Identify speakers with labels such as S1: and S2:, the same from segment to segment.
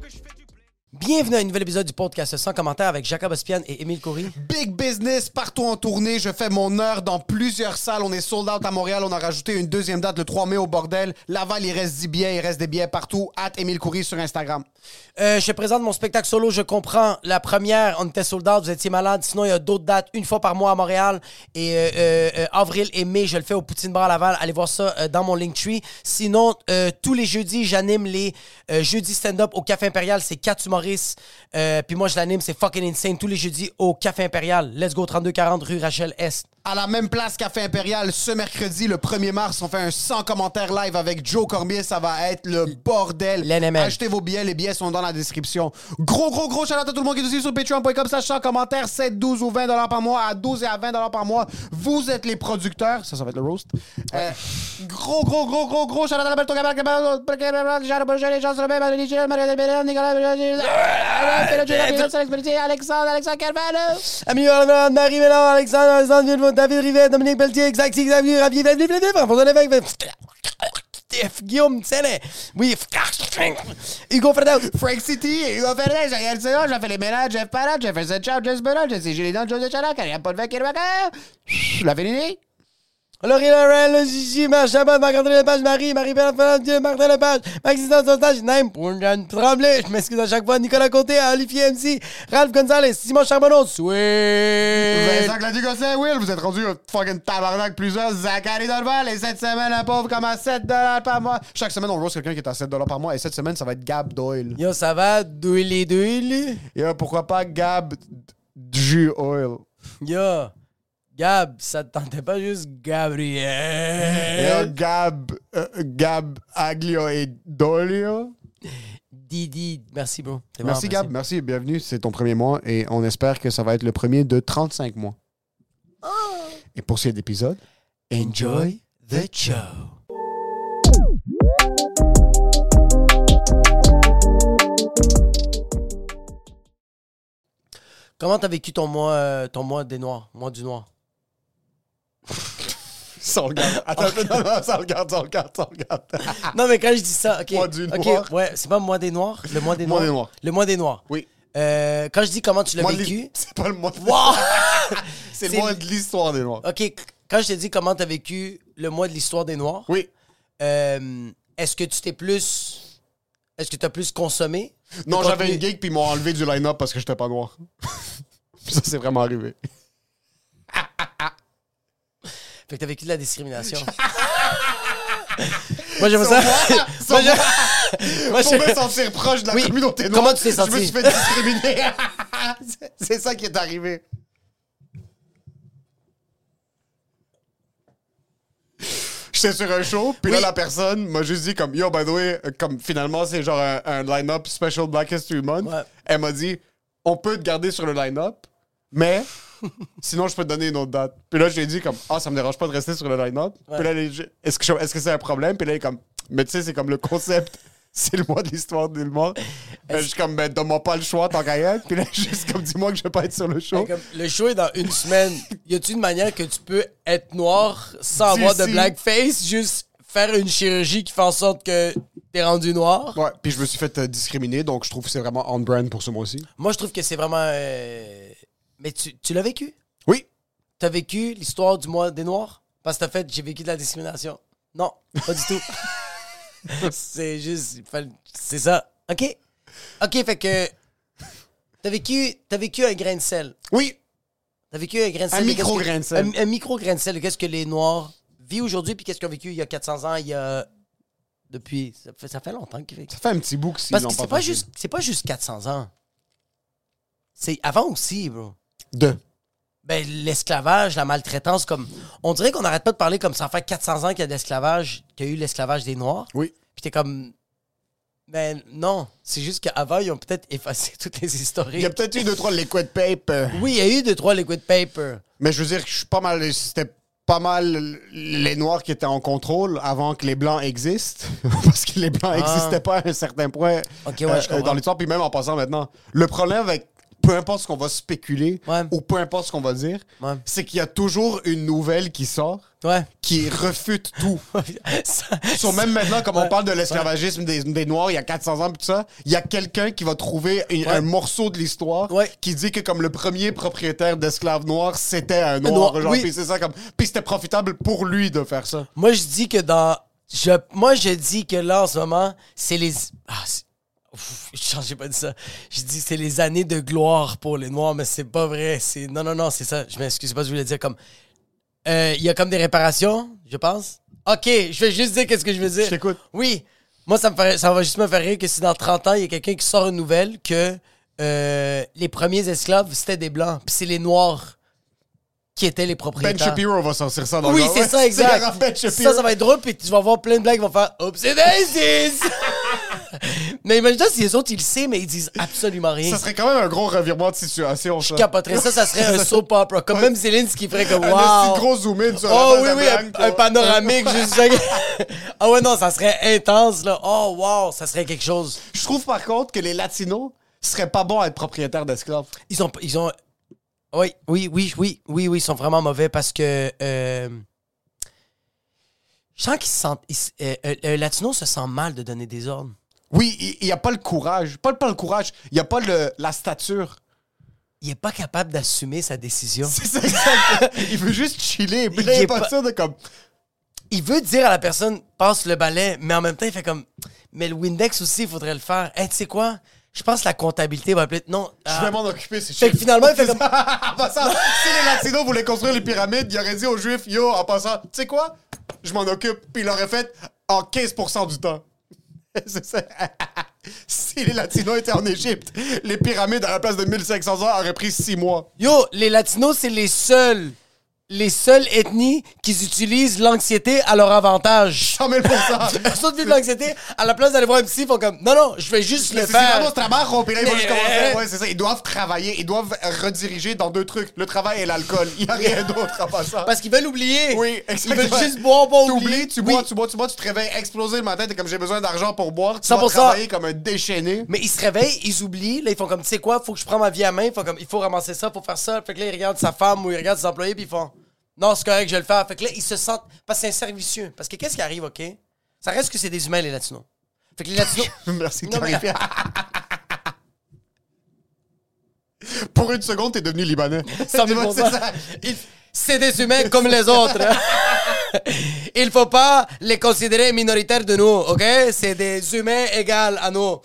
S1: que je fais du blé.
S2: Bienvenue à un nouvel épisode du podcast sans commentaire avec Jacob Ospian et Émile Coury.
S3: Big business, partout en tournée, je fais mon heure dans plusieurs salles. On est sold out à Montréal, on a rajouté une deuxième date le 3 mai au bordel. Laval, il reste 10 billets, il reste des billets partout. At Émile Coury sur Instagram.
S2: Euh, je présente mon spectacle solo, je comprends. La première, on était sold out, vous étiez malade. Sinon, il y a d'autres dates, une fois par mois à Montréal. Et euh, euh, euh, avril et mai, je le fais au Poutine Bar à Laval. Allez voir ça euh, dans mon Linktree. Sinon, euh, tous les jeudis, j'anime les euh, jeudis stand-up au Café Impérial. C'est quatre humoristes. Euh, Puis moi, je l'anime, c'est fucking insane. Tous les jeudis au Café Impérial. Let's go, 3240 rue Rachel Est.
S3: À la même place Café Impérial, ce mercredi, le 1er mars, on fait un 100 commentaires live avec Joe Cormier. Ça va être le bordel.
S2: L'NML.
S3: Achetez vos billets, les billets sont dans la description. Gros, gros, gros shout-out à tout le monde qui nous suit sur patreon.com slash 100 commentaires. 7, 12 ou 20 dollars par mois à 12 et à 20 dollars par mois. Vous êtes les producteurs. Ça, ça va être le roast. Euh, gros, gros, gros, gros, gros shout-out à la belle Tour Cabal, Cabal, Cabal, Cabal, Jean Roberger, les gens sur le même, Marie-Lise Gilles, Marie-Hélène Bérard, Nicolas Bérard, Bérard, Bérard, Bérard, Bérard, Bérard, Alexandre, Alexandre Carvalho.
S2: Amélie Hollande, Marie Mélan, Alexandre, Alexandre Villemot, David Rivet, Dominique Pelletier, Exact, Six Avenue, Ravier, Vladimir, Vladimir, François Lévesque, F- Guillaume Tselet, oui, F- Hugo Fredel,
S3: Frank City, Hugo Fernandez, Ariel Sénat, j'ai fait les ménages, Jeff Parra, j'ai fait cette Charles, Jess Bernard, j'ai fait les dents, Joseph Chalac, Ariel Podvec, Eric Macaire. Chut, La Vénénie.
S2: Laurie Laurel, le Gigi, Marc Chabot, Marc-André Lepage, Marie, Marie-Pierre Fernand, Dieu, Martin Lepage, Maxime Santage, Naim, Pounjan Tremblay, je m'excuse à chaque fois, Nicolas Côté, Olivier MC, Ralph Gonzalez, Simon Charbonneau, Sweet.
S3: Vincent Gladugosset, Will, vous êtes rendu un fucking tabarnak plusieurs. Zachary Dorval, et cette semaine, un pauvre comme à 7 par mois. Chaque semaine, on roast quelqu'un qui est à 7 par mois, et cette semaine, ça va être Gab Doyle.
S2: Yo, ça va, douille douille.
S3: Et euh, pourquoi pas Gab du Oil.
S2: Yo, Gab, ça te tentait pas juste
S3: Et euh,
S2: Gabriel?
S3: Gab, euh, Gab Aglio et Dolio.
S2: Didi, merci bro. T'es
S3: Merci
S2: vraiment
S3: Gab, merci, bienvenue. C'est ton premier mois et on espère que ça va être le premier de 35 mois. Et pour cet épisode, enjoy the show.
S2: Comment t'as vécu ton mois, euh, ton mois des Noirs, mois du Noir?
S3: Ça regarde. Attends, non, non, ça regarde, ça regarde, ça regarde.
S2: Non, mais quand je dis ça, ok.
S3: Mois du
S2: ok,
S3: Noir.
S2: Ouais, c'est pas mois des Noirs, le mois des Noirs.
S3: Mois des Noirs.
S2: Le mois des Noirs.
S3: Oui.
S2: Euh, quand je dis comment tu l'as
S3: Mois de
S2: vécu.
S3: l'hi- C'est pas le mois de
S2: Wow!
S3: C'est le
S2: C'est-
S3: mois de l'histoire des Noirs.
S2: ok, c- quand je te dis comment t'as vécu le mois de l'histoire des Noirs,
S3: Oui.
S2: euh, est-ce que tu t'es plus. Est-ce que t'as plus consommé? de
S3: Non, j'avais
S2: contenu?
S3: une geek puis ils m'ont enlevé du line-up parce que j'étais pas noir. ça, c'est vraiment arrivé.
S2: Fait que t'as vécu de la discrimination. Moi, j'aimerais ça.
S3: moi,
S2: Moi,
S3: sur moi,
S2: je- Moi,
S3: pour me
S2: je-
S3: sentir proche de la
S2: Oui.
S3: communauté noire.
S2: Comment tu t'es senti?
S3: Je me suis fait discriminer. C'est- c'est ça qui est arrivé. J'étais sur un show, puis là,
S2: Oui.
S3: la personne m'a juste dit comme, yo, by the way, euh, comme finalement, c'est genre un, un line-up special Black History Month.
S2: Ouais.
S3: Elle m'a dit, on peut te garder sur le line-up, mais sinon, je peux te donner une autre date. Puis là, je lui ai dit comme, ah, ça me dérange pas de rester sur le line-up. Puis là, elle est ju- est-ce que je- est-ce que c'est un problème? Puis là, il est comme, mais tu sais, c'est comme le concept, c'est le mois de l'histoire du monde. Ben, Je suis comme, mais donne-moi pas le choix, tant qu'à y être. Puis là, juste comme, dis-moi que je vais pas être sur le show.
S2: Comme, le show est dans une semaine. Y a-tu une manière que tu peux être noir sans avoir de
S3: D'ici.
S2: blackface, juste faire une chirurgie qui fait en sorte que t'es rendu noir.
S3: Ouais, puis je me suis fait euh, discriminer, donc je trouve que c'est vraiment on-brand pour ce mois-ci.
S2: Moi, je trouve que c'est vraiment. euh, Mais tu, tu l'as vécu?
S3: Oui.
S2: T'as vécu l'histoire du mois des Noirs? Parce que t'as fait, j'ai vécu de la discrimination. Non, pas du tout. c'est juste. il fallait- C'est ça. OK. OK, fait que. T'as vécu, t'as vécu un grain de sel.
S3: Oui,
S2: T'as vécu un grain de sel.
S3: Un
S2: de qu'est-ce que-
S3: micro-grain de sel.
S2: Un, un micro-grain de sel de qu'est-ce que les Noirs vivent aujourd'hui puis qu'est-ce qu'ils ont vécu il y a 400 ans, il y a. Depuis. Ça fait, ça fait longtemps qu'ils vivent.
S3: ça fait un petit bout que s'ils
S2: Parce
S3: l'ont
S2: que c'est
S3: pas
S2: pas,
S3: fait.
S2: juste, c'est pas juste 400 ans. C'est avant aussi, bro.
S3: Deux.
S2: Ben, l'esclavage, la maltraitance, comme. On dirait qu'on n'arrête pas de parler comme ça fait 400 ans qu'il y a de l'esclavage, qu'il y a eu l'esclavage des Noirs.
S3: Oui.
S2: Puis t'es comme. Ben, non. C'est juste qu'avant, ils ont peut-être effacé toutes les
S3: Il y a
S2: historiques.
S3: peut-être eu deux, trois liquid pape. euh,
S2: Oui, il y a eu deux, trois liquid paper.
S3: Mais je veux dire que je suis pas mal. C'était pas mal les Noirs qui étaient en contrôle avant que les Blancs existent. parce que les Blancs n'existaient pas à un certain point
S2: Ah.
S3: euh,
S2: Ok, ouais, je comprends.
S3: dans l'histoire. Puis même en passant maintenant, le problème avec peu importe ce qu'on va spéculer
S2: Ouais.
S3: ou peu importe ce qu'on va dire,
S2: Ouais.
S3: c'est qu'il y a toujours une nouvelle qui sort
S2: Ouais.
S3: qui refute tout.
S2: Ça-
S3: Sur même maintenant, comme on parle de l'esclavagisme des, des Noirs il y a 400 ans, pis tout ça, il y a quelqu'un qui va trouver une- un morceau de l'histoire
S2: Ouais.
S3: qui dit que comme le premier propriétaire d'esclaves noirs, c'était un Noir.
S2: Noir,
S3: genre,
S2: oui.
S3: Puis c'est ça comme, puis c'était profitable pour lui de faire ça.
S2: Moi, je dis que dans. Je, moi, je dis que là, en ce moment, c'est les. Ah, c'est- Ouf, je j'ai pas dit ça. Je dis c'est les années de gloire pour les Noirs, mais c'est pas vrai. C'est Non, non, non, c'est ça. Je m'excuse c'est pas, ce que je voulais dire comme. Euh, Il y a comme des réparations, je pense. Ok, je vais juste dire qu'est-ce que je veux dire.
S3: Je t'écoute.
S2: Oui. Moi, ça, me ferait- ça va juste me faire rire que si dans 30 ans, il y a quelqu'un qui sort une nouvelle que euh, les premiers esclaves, c'était des Blancs, puis c'est les Noirs qui étaient les
S3: Ben
S2: propriétaires.
S3: Shapiro va sortir ça dans
S2: Oui,
S3: le
S2: c'est
S3: Oh ouais,
S2: ça, exact.
S3: grave, Ben Shapiro.
S2: Ça, ça va être drôle, puis tu vas voir plein de blagues qui vont faire Oups, c'est Daisies! Mais imagine-toi si les autres, ils le savent, mais ils disent absolument rien.
S3: Ça serait quand même un gros revirement de situation.
S2: Je
S3: ça.
S2: capoterais ça, ça serait un soap opera. Comme même Céline, ce qui ferait comme
S3: Un
S2: Wow!
S3: petit gros zoom in sur
S2: Oh oui,
S3: la face
S2: oui,
S3: à
S2: un,
S3: Blanc,
S2: un
S3: quoi.
S2: panoramique, juste Ah ouais, non, ça serait intense, là. Oh wow, ça serait quelque chose.
S3: Je trouve par contre que les Latinos seraient pas bons à être propriétaires d'esclaves.
S2: Ils ont. Ils ont... Oui, oui, oui, oui, oui, oui, ils sont vraiment mauvais parce que. euh, Je sens qu'ils se sentent. ils se- euh, euh, le latino se sent mal de donner des ordres.
S3: Oui, il n'y a pas le courage. Pas, pas le courage. Il n'y a pas le, la stature.
S2: Il est pas capable d'assumer sa décision.
S3: C'est ça, exact. Il veut juste chiller. Puis là,
S2: Il
S3: il
S2: est
S3: est pas
S2: pas-
S3: sûr de comme.
S2: Il veut dire à la personne passe le balai, mais en même temps il fait comme mais le Windex aussi il faudrait le faire. Hey, tu sais quoi Je pense que la comptabilité va appeler. Non.
S3: Je vais m'en occuper, c'est
S2: Ah. Fait que finalement, il fait comme-
S3: en passant, si les Latinos voulaient construire les pyramides, ils auraient dit aux Juifs, yo, en passant, tu sais quoi? Je m'en occupe. Puis ils l'auraient fait en 15% du temps. c'est ça. si les Latinos étaient en Égypte, les pyramides, à la place de 1500 ans, auraient pris 6 mois.
S2: Yo, les latinos c'est les seuls les seules ethnies qui utilisent l'anxiété à leur avantage.
S3: 100 000%.
S2: Eux autres vivent de l'anxiété, à la place d'aller voir un psy, ils font comme non non, je vais juste le
S3: Mais c'est vraiment
S2: faire.
S3: ce travail, puis là, ils vont
S2: Mais-
S3: juste commencer. Ouais, c'est ça. Ils doivent travailler, ils doivent rediriger dans deux trucs, le travail et l'alcool. Il n'y a rien d'autre en passant.
S2: Parce qu'ils veulent oublier.
S3: Oui, exactement.
S2: Ils veulent juste boire, boire, oublier.
S3: T'oublies, tu bois,
S2: Oui.
S3: tu bois, tu bois, tu te réveilles explosé le matin, t'es comme j'ai besoin d'argent pour boire, tu vas
S2: 100%.
S3: travailler comme un déchaîné.
S2: Mais ils se réveillent, ils oublient, là, ils font comme, tu sais quoi, faut que je prends ma vie à main, il faut comme, il faut ramasser ça, faut faire ça. Fait que là, ils regardent sa femme ou ils regardent ses employés, puis ils font, non, c'est correct, je vais le faire. Fait que là, ils se sentent, parce que c'est un servicieux. Parce que qu'est-ce qui arrive, OK? Ça reste que c'est des humains, les latinos. Fait que les latinos.
S3: Merci de
S2: Non, mais-
S3: clarifier. Pour une seconde, t'es devenu libanais.
S2: Ça me
S3: C'est
S2: va.
S3: ça.
S2: Ils- C'est des humains comme les autres. Il faut pas les considérer minoritaires de nous, OK? C'est des humains égaux à nous.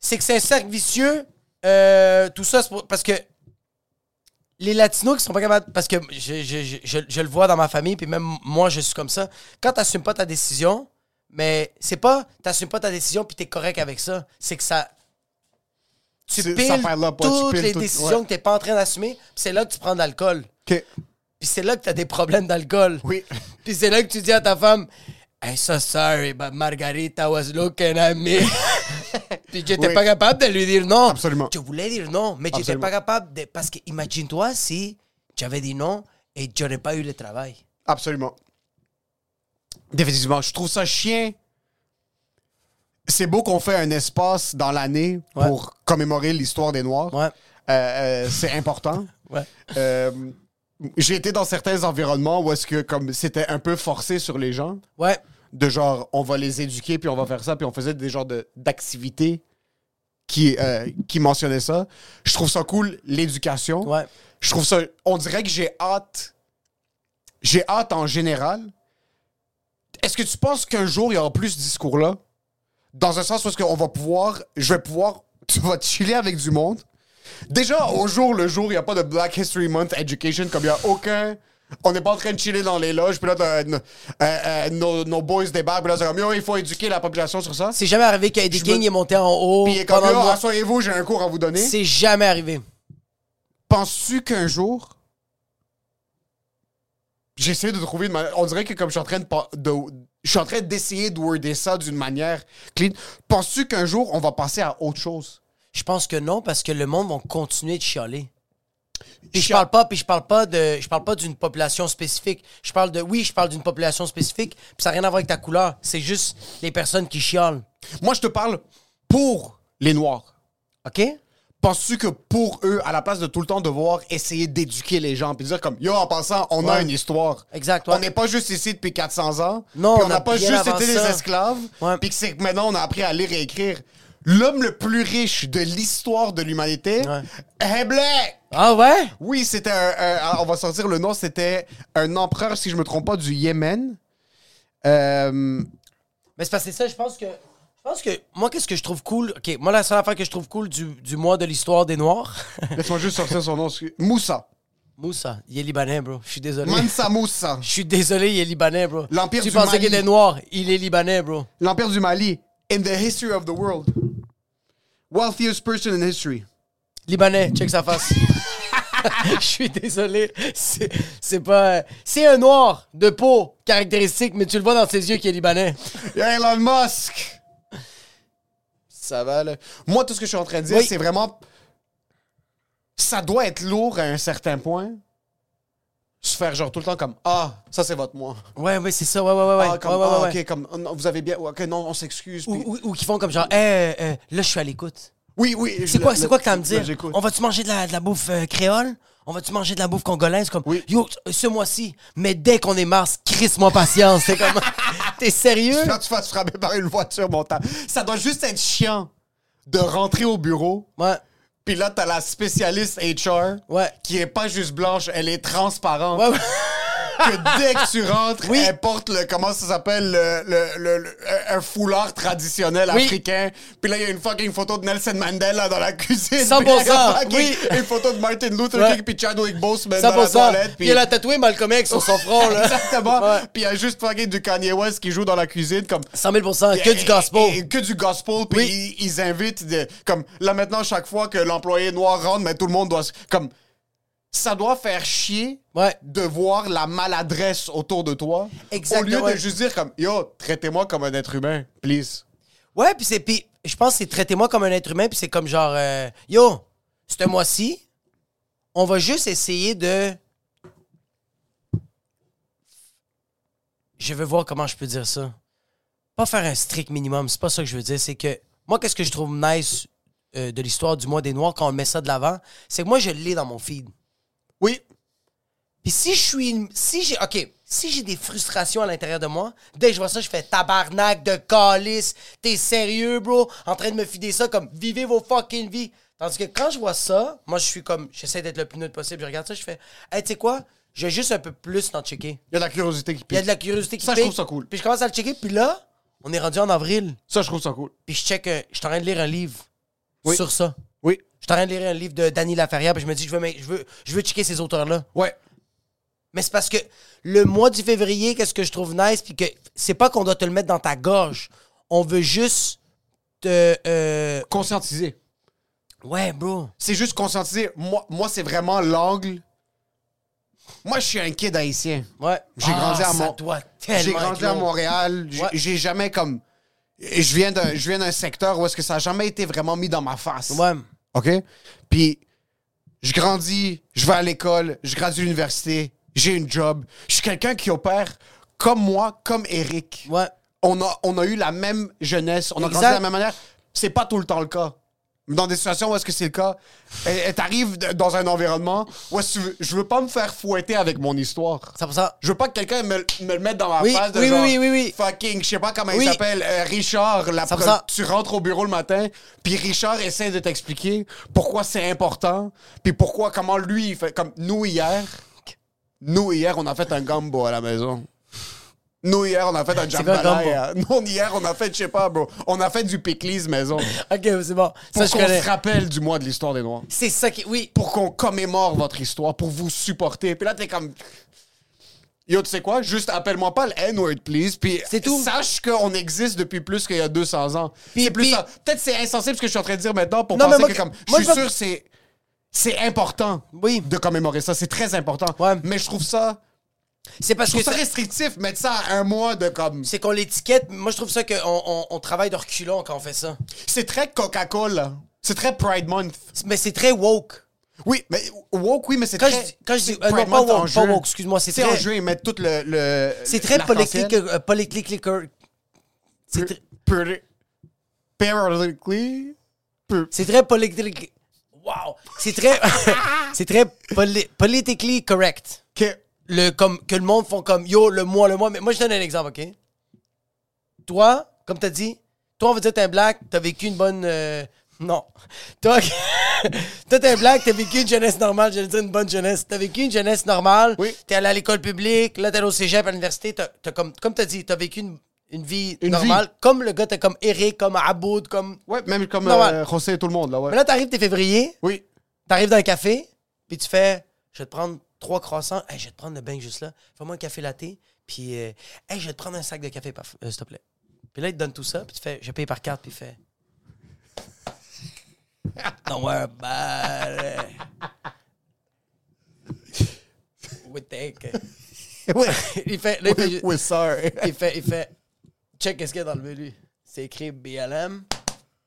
S2: C'est que c'est un cercle vicieux. euh, tout ça, c'est pour- parce que les latinos qui sont pas capables... Parce que je, je- je- je- je le vois dans ma famille, puis même moi, je suis comme ça. Quand t'assumes pas ta décision, mais c'est pas t'assumes pas ta décision puis t'es correct avec ça. C'est que ça tu
S3: C'est-
S2: piles
S3: ça fait là, pas, tu
S2: toutes
S3: piles
S2: les
S3: tout-
S2: décisions
S3: ouais.
S2: que t'es pas en train d'assumer, puis c'est là que tu prends de l'alcool.
S3: Ok.
S2: Puis c'est là que t'as des problèmes d'alcool.
S3: Oui.
S2: Puis c'est là que tu dis à ta femme, I'm so sorry, but Margarita was looking at me. Puis j'étais
S3: Oui.
S2: pas capable de lui dire non.
S3: Absolument.
S2: Je voulais dire non, mais j'étais
S3: Absolument.
S2: pas capable de. Parce que imagine-toi si j'avais dit non et j'aurais pas eu le travail.
S3: Absolument. Définitivement. Je trouve ça chien. C'est beau qu'on fait un espace dans l'année
S2: Ouais.
S3: pour commémorer l'histoire des Noirs.
S2: Ouais.
S3: Euh, euh, c'est important.
S2: Ouais.
S3: Euh, j'ai été dans certains environnements où est-ce que comme c'était un peu forcé sur les gens.
S2: Ouais.
S3: de genre, on va les éduquer, puis on va faire ça, puis on faisait des genres de- d'activités qui, euh, qui mentionnaient ça. Je trouve ça cool, l'éducation.
S2: Ouais.
S3: Je trouve ça. On dirait que j'ai hâte. J'ai hâte en général. Est-ce que tu penses qu'un jour, il y aura plus ce discours-là? Dans un sens où est-ce qu'on va pouvoir. Je vais pouvoir. Tu vas te chiller avec du monde. Déjà, au jour le jour, il n'y a pas de Black History Month Education, comme il n'y a aucun. On n'est pas en train de chiller dans les loges, puis là, t'as- euh, euh, nos, nos boys débarquent, puis là, c'est comme, yo, il faut éduquer la population sur ça.
S2: C'est jamais arrivé que Eddie
S3: Je me-
S2: King est monté en haut
S3: Puis il est comme,
S2: pendant le
S3: yo,
S2: mois.
S3: asseyez-vous, j'ai un cours à vous donner.
S2: C'est jamais arrivé.
S3: Penses-tu qu'un jour. J'essaie de trouver une manière. On dirait que comme je suis en train de. pa- de- je suis en train d'essayer de worder ça d'une manière clean. Penses-tu qu'un jour, on va passer à autre chose?
S2: Je pense que non, parce que le monde va continuer de chialer. Puis je
S3: Chia-
S2: parle pas, puis je parle pas de, je parle pas d'une population spécifique. Je parle de, oui, je parle d'une population spécifique, puis ça n'a rien à voir avec ta couleur. C'est juste les personnes qui chialent,
S3: Moi, je te parle pour les Noirs.
S2: ok?
S3: Penses-tu que pour eux, à la place de tout le temps devoir essayer d'éduquer les gens, puis dire comme, yo, en passant, on a
S2: Ouais.
S3: une histoire.
S2: Exact, ouais.
S3: On n'est pas juste ici depuis 400 ans.
S2: Non,
S3: puis
S2: on
S3: on
S2: a
S3: n'a pas
S2: bien
S3: juste
S2: avant
S3: été
S2: ça.
S3: des esclaves.
S2: Ouais.
S3: Puis que c'est que maintenant, on a appris à lire et écrire. L'homme le plus riche de l'histoire de l'humanité,
S2: Ouais.
S3: est black.
S2: Ah ouais?
S3: Oui, c'était un, un- On va sortir le nom, c'était un empereur, si je me trompe pas, du Yémen. Euh,
S2: Mais c'est parce que c'est ça, je pense que. Je pense que. Moi, qu'est-ce que je trouve cool? OK, moi, la seule affaire que je trouve cool du, du mois de l'histoire des Noirs.
S3: Laisse-moi juste sortir son nom. excuse- Moussa.
S2: Moussa, il est libanais, bro. Je suis désolé.
S3: Mansa Moussa.
S2: Je suis désolé, il est libanais, bro.
S3: L'Empire
S2: tu
S3: du
S2: pensais
S3: Mali.
S2: qu'il était noir, il est libanais, bro.
S3: L'empire du Mali. In the history of the world. Wealthiest person in history.
S2: Libanais, check sa face. Je suis désolé. C'est c'est pas. C'est un noir de peau caractéristique, mais tu le vois dans ses yeux qu'il est libanais.
S3: Elon Musk! Ça va, là. Moi, tout ce que je suis en train de dire,
S2: Oui.
S3: c'est vraiment. Ça doit être lourd à un certain point. Se faire genre tout le temps comme Ah, ça c'est votre moi.
S2: Ouais, ouais, c'est ça, ouais, ouais, ouais. ouais.
S3: ah, comme,
S2: Ouais, ouais,
S3: ah,
S2: ouais, ouais.
S3: ok, comme, oh, non, vous avez bien. Ok, non, on s'excuse.
S2: Ou,
S3: puis-
S2: ou- ou qui font comme genre, hey, euh, là, je suis à l'écoute.
S3: Oui, oui.
S2: C'est
S3: je-
S2: quoi,
S3: le-
S2: c'est quoi que t'as à me
S3: le-
S2: dire?
S3: j'écoute.
S2: On va-tu manger de la, de la bouffe euh, créole? On va-tu manger de la bouffe congolaise? Comme,
S3: Oui.
S2: yo, ce mois-ci, mais dès qu'on est mars, crisse-moi patience. C'est comme, t'es sérieux?
S3: Quand tu vas te frapper par une voiture, mon temps. Ça doit juste être chiant de rentrer au bureau.
S2: Ouais,
S3: Puis là, t'as la spécialiste HR
S2: ouais.
S3: qui est pas juste blanche, elle est transparente.
S2: Ouais, ouais.
S3: que dès que tu rentres,
S2: Oui.
S3: elle porte le, comment ça s'appelle, le, le- le- le- un foulard traditionnel
S2: Oui.
S3: africain. Puis là, il y a une fucking photo de Nelson Mandela dans la cuisine.
S2: 100%,
S3: Puis il y a fucking
S2: oui.
S3: Une photo de Martin Luther
S2: Ouais.
S3: King puis Chadwick Boseman dans la
S2: 100%.
S3: toilette.
S2: Il a tatoué Malcolm X sur son front, là.
S3: Exactement.
S2: Ouais.
S3: Puis il y a juste fucking du Kanye West qui joue dans la cuisine comme...
S2: 100 000 que du
S3: Et-
S2: gospel.
S3: et- et que du gospel. Puis
S2: Oui.
S3: ils, ils invitent, de- comme là maintenant, chaque fois que l'employé noir rentre, mais tout le monde doit. se- Comme ça doit faire chier
S2: Ouais.
S3: de voir la maladresse autour de toi.
S2: Exactement,
S3: Au lieu
S2: ouais.
S3: de juste dire, comme yo, traitez-moi comme un être humain, please.
S2: Ouais, puis c'est. Puis je pense que c'est traitez-moi comme un être humain, puis c'est comme genre, euh, yo, ce mois-ci, on va juste essayer de. Je veux voir comment je peux dire ça. Pas faire un strict minimum, c'est pas ça que je veux dire. C'est que. Moi, qu'est-ce que je trouve nice euh, de l'histoire du mois des Noirs quand on met ça de l'avant? C'est que moi, je l'ai dans mon feed.
S3: Oui.
S2: Puis si je suis. une- Si j'ai. OK. Si j'ai des frustrations à l'intérieur de moi, dès que je vois ça, je fais tabarnak de calice. T'es sérieux, bro? En train de me fider ça comme vivez vos fucking vies. Tandis que quand je vois ça, moi, je suis comme. J'essaie d'être le plus neutre possible. Je regarde ça, je fais. Hey, tu sais quoi? J'ai juste un peu plus d'en checker.
S3: Il y a de la curiosité qui
S2: Il y a de la curiosité qui
S3: Ça, je
S2: pique.
S3: trouve ça cool.
S2: Puis je commence à le checker. Puis là, on est rendu en avril.
S3: Ça, je trouve ça cool.
S2: Puis je check. euh, Je suis en train de lire un livre
S3: Oui.
S2: sur ça.
S3: Oui.
S2: Je suis en train de lire un livre de Danny Laferrière. Puis je me dis, je veux, me- je veux, je veux checker ces auteurs-là.
S3: Ouais.
S2: Mais c'est parce que le mois du février, qu'est-ce que je trouve nice, puis que c'est pas qu'on doit te le mettre dans ta gorge. On veut juste te. euh,
S3: Conscientiser.
S2: Ouais, bro.
S3: C'est juste conscientiser. Moi, moi c'est vraiment l'angle. Moi, je suis un kid haïtien.
S2: Ouais.
S3: J'ai
S2: Ah,
S3: grandi à
S2: ça
S3: Mont-
S2: doit tellement
S3: J'ai grandi
S2: être
S3: à
S2: lourd.
S3: Montréal. J'ai-
S2: Ouais.
S3: J'ai jamais comme. Je viens d'un, je viens d'un secteur où est-ce que ça a jamais été vraiment mis dans ma face.
S2: Ouais.
S3: OK? Puis, je grandis, je vais à l'école, je gradue l'université, j'ai une job. Je suis quelqu'un qui opère comme moi, comme Eric.
S2: Ouais.
S3: On a, on a eu la même jeunesse, on a grandi
S2: Exact.
S3: de la même manière. C'est pas tout le temps le cas. Dans des situations où est-ce que c'est le cas, et- et t'arrives d- dans un environnement où est-ce que tu veux- je veux pas me faire fouetter avec mon histoire.
S2: 100%.
S3: Je veux pas que quelqu'un me, me le mette dans ma
S2: Oui,
S3: face de
S2: oui,
S3: genre,
S2: oui, oui, oui, oui.
S3: fucking, je sais pas comment
S2: Oui.
S3: il s'appelle, euh, Richard, la
S2: Ça me
S3: pre-
S2: sent-
S3: tu rentres au bureau le matin, puis Richard essaie de t'expliquer pourquoi c'est important, puis pourquoi, comment lui, il fait, comme nous hier, nous hier, on a fait un gumbo à la maison. Nous hier, on a fait un
S2: C'est quoi un gumbo?
S3: jambalaya. Nous hier, on a fait, je sais pas, bro, on a fait du pickles maison.
S2: Ok, c'est bon. Ça,
S3: Pour
S2: je
S3: qu'on
S2: connais.
S3: se rappelle du mois de l'histoire des Noirs
S2: C'est ça qui. Oui.
S3: pour qu'on commémore votre histoire, pour vous supporter. Puis là, t'es comme. Yo, tu sais quoi? Juste appelle-moi pas le N-word, please. Puis
S2: C'est tout.
S3: sache qu'on existe depuis plus qu'il y a 200 ans.
S2: Puis-
S3: C'est plus
S2: puis-
S3: ça. Peut-être c'est insensible ce que je suis en train de dire maintenant pour
S2: Non, mais
S3: penser
S2: moi,
S3: que comme.
S2: moi, je
S3: je suis
S2: pense-
S3: sûr, que c'est. C'est important
S2: Oui.
S3: de commémorer ça. C'est très important.
S2: Ouais.
S3: Mais je trouve ça.
S2: C'est parce
S3: Je
S2: que.
S3: trouve ça restrictif, mettre ça à un mois de comme.
S2: C'est qu'on l'étiquette. Moi, je trouve ça qu'on on, on travaille de reculons quand on fait ça.
S3: C'est très Coca-Cola. C'est très Pride Month.
S2: Mais c'est très woke.
S3: Oui, mais woke, oui, mais c'est
S2: Quand
S3: très.
S2: je dis- quand je dis-
S3: c'est
S2: euh, non,
S3: Pride
S2: pas
S3: Month
S2: woke,
S3: en
S2: pas
S3: juin.
S2: woke, excuse-moi, c'est
S3: en
S2: très-
S3: juin, ils mettent tout le. le-
S2: C'est très
S3: la
S2: politique.
S3: centaine.
S2: euh, politically cor- C'est tr-
S3: Peri- Periodically. per-
S2: c'est très politically. Wow. C'est très. c'est très poli- politically correct.
S3: que-
S2: le, comme, que le monde font comme yo, le moi, le moi. Mais moi, je donne un exemple, OK? Toi, comme t'as dit, toi, on va dire t'es un black, t'as vécu une bonne. euh, non. Toi, toi, t'es un black, t'as vécu une jeunesse normale, j'allais dire une bonne jeunesse. T'as vécu une jeunesse normale,
S3: Oui.
S2: t'es allé à l'école publique, là, t'es allé au cégep, à l'université, t'as, t'as comme, comme t'as dit, t'as vécu une, une vie
S3: Une
S2: normale.
S3: vie.
S2: Comme le gars, t'as comme Eric, comme Aboud, comme.
S3: Ouais, même comme
S2: Normal.
S3: euh, José et tout le monde, là, ouais.
S2: Mais là, t'arrives, t'es février,
S3: oui.
S2: T'arrives dans un café, puis tu fais Je vais te prendre trois croissants, Hey, je vais te prendre le bain juste là, fais-moi un café latte, puis euh, hey, je vais te prendre un sac de café, parf- euh, s'il te plaît. Puis là, il te donne tout ça, puis tu fais Je paye par carte, puis il fait Don't worry about it. We take it. il fait, là, il fait, ju-
S3: Oui, sorry.
S2: il fait, il fait Check qu'est-ce qu'il y a dans le menu. C'est écrit BLM.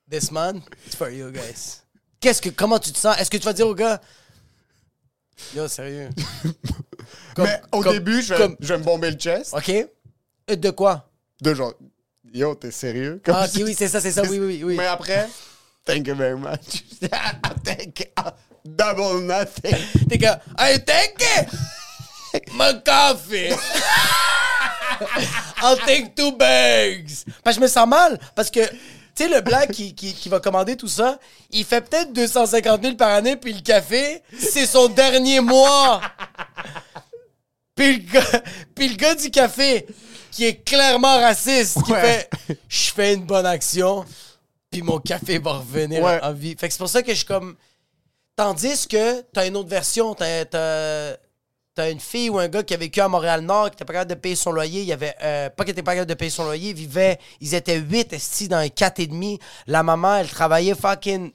S2: This man, it's for you guys. Qu'est-ce que, comment tu te sens? Est-ce que tu vas dire au gars, yo, sérieux? Comme-
S3: Mais au
S2: comme-
S3: début, je vais,
S2: comme-
S3: je vais me bomber le chest.
S2: OK? Et De quoi?
S3: De genre, yo, t'es sérieux? Comme
S2: Ah,
S3: si-
S2: ok, oui, c'est ça, c'est ça, oui, oui, oui.
S3: Mais après, thank you very much. thank you. Ah, Double nothing.
S2: T'es comme, hey, take it! "Oh, My coffee! I'll take two bags! Parce que je me sens mal, parce que, tu sais, le black qui, qui, qui va commander tout ça, il fait peut-être 250 000 par année, puis le café, c'est son dernier mois! Puis le, gars, puis le gars du café, qui est clairement raciste, qui
S3: Ouais.
S2: fait « Je fais une bonne action, puis mon café va revenir
S3: Ouais.
S2: en vie. » Fait que c'est pour ça que je suis comme... Tandis que t'as une autre version, t'as, t'as- t'as une fille ou un gars qui a vécu à Montréal-Nord, qui était pas capable de payer son loyer, il y avait, euh, pas qu'il était pas capable de payer son loyer, il vivait, ils étaient huit estis dans un quatre et demi. La maman, elle travaillait fucking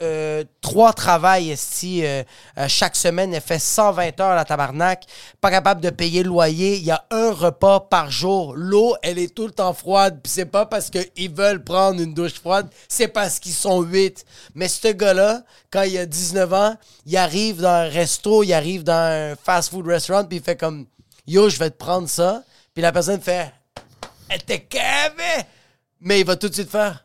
S2: euh, trois travails esti euh, euh, chaque semaine. Elle fait 120 heures la tabarnak. Pas capable de payer le loyer. Il y a un repas par jour. L'eau, elle est tout le temps froide. Puis c'est pas parce qu'ils veulent prendre une douche froide. C'est parce qu'ils sont huit. Mais ce gars-là, quand il a 19 ans, il arrive dans un resto, il arrive dans un fast-food restaurant, puis il fait comme « Yo, je vais te prendre ça. » Puis la personne fait « Elle t'est cavée! » Mais il va tout de suite faire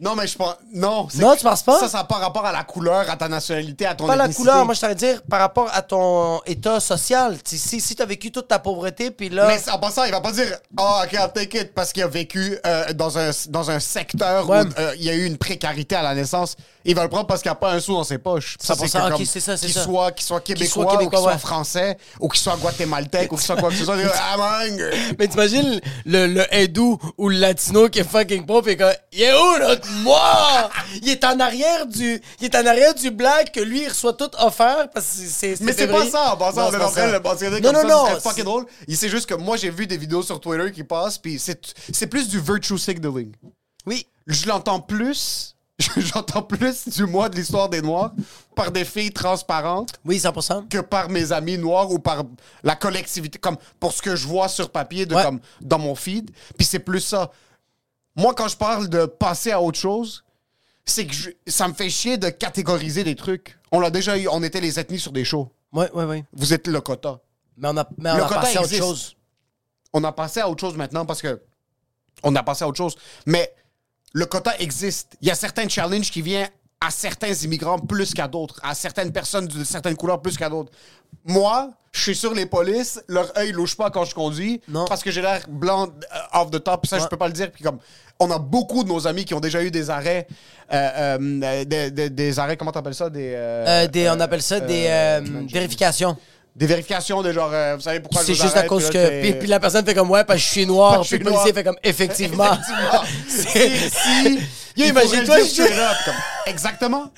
S3: Non, mais je pense. Non, c'est-
S2: Non, tu penses pas?
S3: Ça, ça n'a pas rapport à la couleur, à ta nationalité, à ton
S2: pas la
S3: ethnicité.
S2: couleur, moi je t'aurais dire par rapport à ton état social. Tu- Si, si t'as vécu toute ta pauvreté, puis là.
S3: Mais en passant, il va pas dire Ah, ok, I'll take it parce qu'il a vécu euh, dans, un, dans un secteur
S2: Ouais.
S3: où euh, il y a eu une précarité à la naissance. Il va le prendre parce qu'il n'y a pas un sou dans ses poches.
S2: Ça, pour
S3: c'est
S2: ça,
S3: que
S2: ok,
S3: comme
S2: c'est ça, c'est
S3: qu'il
S2: ça.
S3: Soit, qu'il soit québécois,
S2: soit
S3: ou qu'il
S2: québécois,
S3: soit
S2: ouais.
S3: français, ou qu'il soit guatémaltèque, ou qu'il soit quoi que ce soit. Il va dire, Ah, I'm hungry.
S2: Mais t'imagines le, le hindou ou le latino qui est fucking pauvre et quand il est où notre moi? Il est en arrière du, il est en arrière du black que lui il reçoit tout offert parce que c'est.
S3: Mais c'est pas
S2: février.
S3: ça, en passant,
S2: Non,
S3: on
S2: c'est
S3: est
S2: pas
S3: en train de
S2: ça.
S3: le mentionner
S2: Non,
S3: comme ça,
S2: non,
S3: non,
S2: non.
S3: c'est fucking drôle. Il c'est juste que moi, j'ai vu des vidéos sur Twitter qui passent, puis c'est c'est plus du virtue signaling.
S2: Oui.
S3: je l'entends plus. J'entends plus du mois de l'histoire des Noirs par des filles transparentes
S2: Oui, 100%.
S3: que par mes amis noirs ou par la collectivité, comme pour ce que je vois sur papier de,
S2: Ouais.
S3: comme, dans mon feed. Puis c'est plus ça. Moi, quand je parle de passer à autre chose, c'est que je- ça me fait chier de catégoriser des trucs. On l'a déjà eu, on était les ethnies sur des shows.
S2: Oui, oui, oui.
S3: Vous êtes le quota.
S2: Mais on a, mais on
S3: Le
S2: a
S3: quota
S2: passé à autre
S3: existe.
S2: chose.
S3: On a passé à autre chose maintenant parce que on a passé à autre chose. Mais le quota existe. Il y a certains challenges qui viennent à certains immigrants plus qu'à d'autres, à certaines personnes de certaines couleurs plus qu'à d'autres. Moi, je suis sur les polices, leur œil louche pas quand je conduis,
S2: Non.
S3: parce que j'ai l'air blanc euh, off the top, ça je peux pas le dire. Puis comme, on a beaucoup de nos amis qui ont déjà eu des arrêts, euh, euh, des, des- des arrêts, comment t'appelles ça, des, euh,
S2: Euh, des- on appelle ça
S3: euh,
S2: des
S3: euh,
S2: euh, vérifications.
S3: des vérifications de genre, euh, vous savez pourquoi je
S2: C'est
S3: vous
S2: juste à
S3: arrête,
S2: cause
S3: puis là,
S2: que.
S3: t'es-
S2: Puis, puis la personne fait comme ouais, parce que je suis noir.
S3: Parce que
S2: Puis
S3: je
S2: le policier
S3: suis noir.
S2: fait comme effectivement.
S3: si, si,
S2: Yo,
S3: il
S2: imagine-toi,
S3: faudrait le
S2: je-
S3: dire straight up, comme, exactement.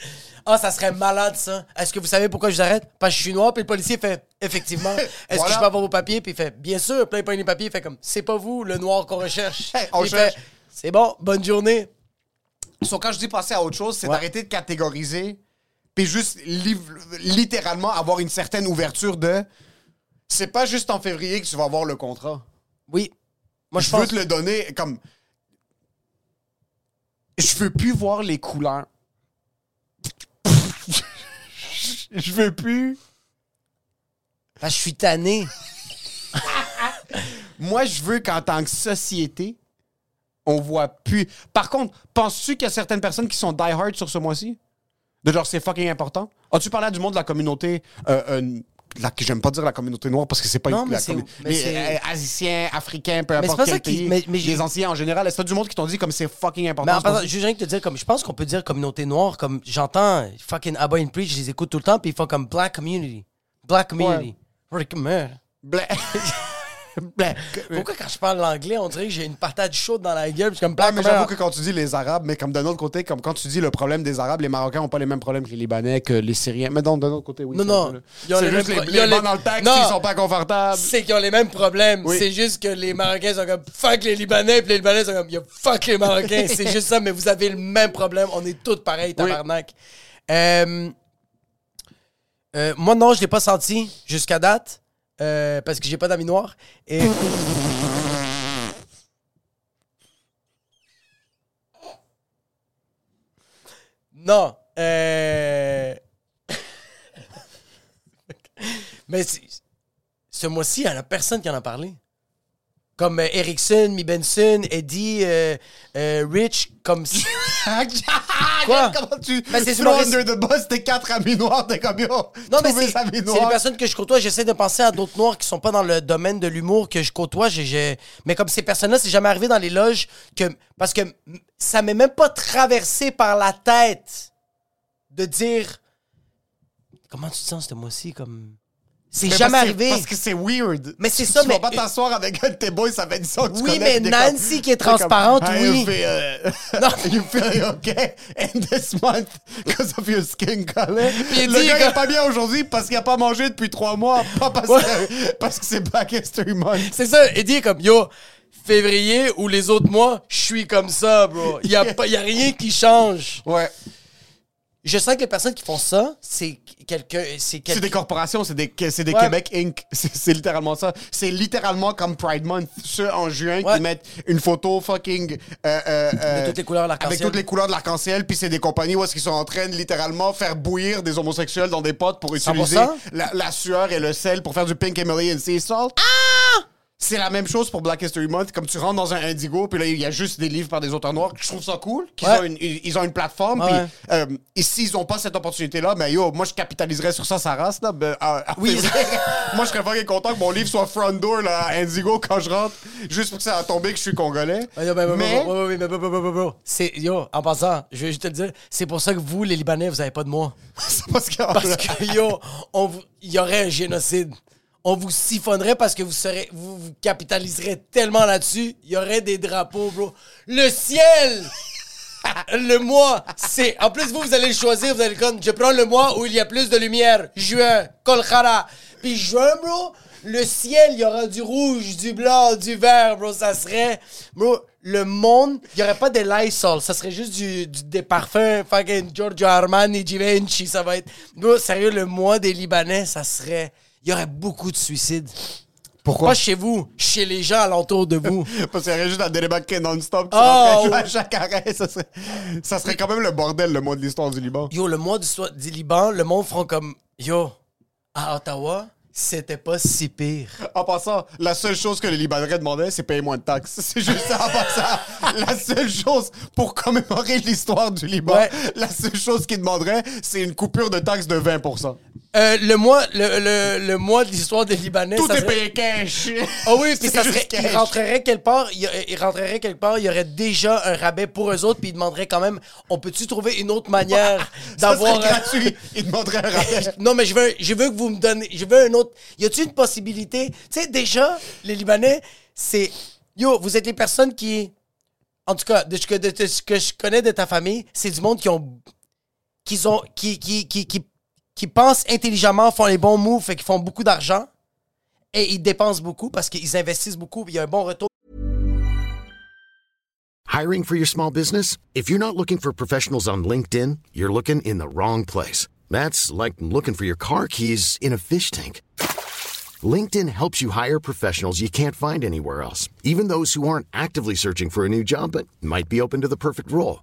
S2: Ah, ça serait malade ça. Est-ce que vous savez pourquoi je vous arrête Parce que je suis noir. Puis le policier fait effectivement. Est-ce que
S3: Voilà.
S2: je peux avoir vos papiers Puis il fait bien sûr. Puis là, il pogne les papiers. Il fait comme c'est pas vous le noir qu'on recherche.
S3: Hey, on
S2: Puis il
S3: cherche.
S2: fait c'est bon, bonne journée.
S3: So, quand je dis passer à autre chose, c'est
S2: Ouais.
S3: d'arrêter de catégoriser, puis juste liv- littéralement avoir une certaine ouverture de. C'est pas juste en février que tu vas avoir le contrat.
S2: Oui. Moi je
S3: je veux
S2: pense.
S3: te le donner comme. Je veux plus voir les couleurs. je veux plus.
S2: Parce que je suis tanné.
S3: Moi, je veux qu'en tant que société, on voit plus. Par contre, penses-tu qu'il y a certaines personnes qui sont die-hard sur ce mois-ci? De genre, c'est fucking important? As-tu parlé à du monde de la communauté. Euh, euh, la- j'aime pas dire la communauté noire parce que c'est pas
S2: Non,
S3: une,
S2: mais
S3: la
S2: c'est-
S3: commu-
S2: mais
S3: les,
S2: c'est-
S3: euh, Haïtiens, Africains, peu
S2: c'est
S3: importe
S2: pas
S3: quel
S2: ça qui-
S3: pays,
S2: mais- mais j'ai-
S3: les anciens en général, est-ce que du monde qui t'ont dit comme c'est fucking
S2: Mais
S3: important?
S2: en
S3: ce qu'on
S2: passant,
S3: fait?
S2: je viens de te dire, comme, je pense qu'on peut dire communauté noire, comme j'entends fucking Abba and Preach, je les écoute tout le temps, puis ils font comme black community. Black community. Rick Moore.
S3: Bla- Bla-
S2: Pourquoi quand je parle l'anglais, on dirait que j'ai une patate chaude dans la gueule, puis je suis comme black
S3: Ah, mais j'avoue que
S2: community.
S3: quand tu dis les Arabes, mais comme d'un autre côté, comme quand tu dis le problème des Arabes, les Marocains ont pas les mêmes problèmes que les Libanais, que les Syriens. Mais donc, d'un autre côté, oui.
S2: Non,
S3: c'est
S2: non.
S3: un peu le-
S2: Ils ont
S3: C'est
S2: les
S3: juste
S2: mêmes
S3: les,
S2: pro-
S3: les
S2: ils ont
S3: gens
S2: les-
S3: dans le taxi,
S2: Non.
S3: ils sont pas confortables.
S2: C'est qu'ils ont les mêmes problèmes.
S3: Oui.
S2: C'est juste que les Marocains sont comme fuck les Libanais, puis les Libanais sont comme Yo, fuck les Marocains. c'est juste ça, mais vous avez le même problème. On est tous pareils, tabarnak. Euh, euh, moi, non, je l'ai pas senti jusqu'à date, euh, parce que j'ai pas d'amis noirs. Et. non. euh, Mais c'est- ce mois-ci, il n'y en a personne qui en a parlé. Comme euh, Erickson, Mi Benson, Eddie, euh, euh, Rich, comme si. Quoi?
S3: Comment tu
S2: Mais Ben, c'est
S3: tu
S2: sur
S3: under the bus tes quatre amis noirs, t'es comme yo.
S2: Non, mais
S3: trouver
S2: c'est
S3: les amis
S2: c'est les
S3: noirs.
S2: personnes que je côtoie. J'essaie de penser à d'autres noirs qui sont pas dans le domaine de l'humour que je côtoie. J'ai- j'ai- Mais comme ces personnes-là, c'est jamais arrivé dans les loges que. Parce que m- ça m'est même pas traversé par la tête de dire. Comment tu te sens ce mois-ci? Comme. C'est
S3: Mais
S2: jamais
S3: parce que-
S2: arrivé.
S3: Parce que c'est weird.
S2: Mais c'est
S3: Tu-
S2: ça,
S3: tu
S2: mais-
S3: vas pas t'asseoir avec un de tes boys, ça fait du son que tu
S2: Oui,
S3: connais,
S2: mais
S3: puis t'es comme-
S2: Nancy qui est
S3: t'es comme,
S2: transparente,
S3: Hey,
S2: oui.
S3: You feel,
S2: Non.
S3: you feel okay in this month because of your skin color.
S2: il
S3: le
S2: dit
S3: gars
S2: que-
S3: est pas bien aujourd'hui parce qu'il a pas mangé depuis trois mois, pas parce que parce que c'est Black History Month.
S2: C'est ça, Eddie est comme yo, février ou les autres mois, je suis comme ça, bro. Il y a pas y a rien qui change.
S3: Ouais.
S2: Je sens que les personnes qui font ça, c'est quelqu'un c'est
S3: C'est des
S2: quelqu'un
S3: corporations, c'est des, que- c'est des
S2: Ouais.
S3: Québec Inc. C'est c'est littéralement ça. C'est littéralement comme Pride Month. Ceux en juin
S2: Ouais.
S3: qui mettent une photo fucking. euh, euh, euh,
S2: De toutes les couleurs de l'arc-en-ciel.
S3: Avec toutes les couleurs de l'arc-en-ciel. Puis c'est des compagnies où est-ce qu'ils sont en train de littéralement faire bouillir des homosexuels dans des potes pour utiliser
S2: 100%?
S3: la, la sueur et le sel pour faire du Pink Emily and Sea Salt.
S2: Ah!
S3: C'est la même chose pour Black History Month. Comme tu rentres dans un Indigo, puis là, il y a juste des livres par des auteurs noirs. Je trouve ça cool. qu'ils
S2: Ouais.
S3: ont une, une- ils ont une plateforme.
S2: Ouais.
S3: Puis euh, et s'ils n'ont pas cette opportunité-là, ben yo, moi je capitaliserais sur ça, sa race. Là, ben, à- à
S2: Oui.
S3: février. moi je serais fucking content que mon livre soit front door là, à Indigo quand je rentre, juste pour que ça a tombé que je suis congolais.
S2: Ah, yo, ben, ben,
S3: mais
S2: ben, ben, ben, ben, ben, ben, ben, ben, ben, ben. C'est yo, en passant, je vais juste te le dire, c'est pour ça que vous les Libanais, vous avez pas de moi
S3: c'est parce que,
S2: ben. parce que yo, on vous- il y aurait un génocide. On vous siphonnerait parce que vous serez vous, vous capitaliserez tellement là-dessus, il y aurait des drapeaux, bro. Le ciel le mois, c'est. En plus, vous, vous allez le choisir. Vous allez comme. Je prends le mois où il y a plus de lumière. Juin, Kolkhara. Puis juin, bro, le ciel, il y aura du rouge, du blanc, du vert, bro. Ça serait. Bro, le monde, il n'y aurait pas de Lysol. Ça serait juste du, du- des parfums. Fucking Giorgio Armani, Givenchy. Ça va être. Bro, sérieux, le mois des Libanais, ça serait. Il y aurait beaucoup de suicides.
S3: Pourquoi?
S2: Pas chez vous, chez les gens alentour de vous.
S3: parce qu'il y aurait juste un délébaqué non-stop qui
S2: Oh,
S3: rentrait à jouer à
S2: ouais.
S3: chaque arrêt. Ça serait, ça serait quand même le bordel, le mot de l'histoire du Liban.
S2: Yo, le mois du, so- du Liban, le monde feront comme Yo, à Ottawa, c'était pas si pire.
S3: En passant, la seule chose que les Libanais demandaient, c'est payer moins de taxes. C'est juste ça, en passant. La seule chose pour commémorer l'histoire du Liban,
S2: Ouais.
S3: la seule chose qu'ils demanderaient, c'est une coupure de taxes de 20 Tout
S2: Euh, le mois, le, le, le mois de l'histoire des Libanais. ça
S3: est
S2: serait-
S3: payé cash.
S2: Ah oui, puis
S3: C'est
S2: ça
S3: juste
S2: serait.
S3: cash.
S2: Ils rentreraient quelque part, il, y a- il rentrerait quelque part, il y aurait déjà un rabais pour eux autres, puis ils demanderaient quand même on peut-tu trouver une autre manière
S3: Ça serait
S2: d'avoir.
S3: gratuit. Ils demanderaient un rabais.
S2: Non, mais je veux, je veux que vous me donnez. Je veux un autre. Y a-t-il une possibilité? Tu sais, déjà, les Libanais, c'est. Yo, vous êtes les personnes qui. En tout cas, de ce que, de- de ce que je connais de ta famille, c'est du monde qui ont. Qui, ont qui, qui, qui, qui, qui pensent intelligemment, font les bons moves, fait qu'ils font beaucoup d'argent. Et ils dépensent beaucoup parce qu'ils investissent beaucoup. Il y a un bon retour
S4: Hiring for your small business? If you're not looking for professionals on LinkedIn, you're looking in the wrong place. That's like looking for your car keys in a fish tank. LinkedIn helps you hire professionals you can't find anywhere else, even those who aren't actively searching for a new job but might be open to the perfect role.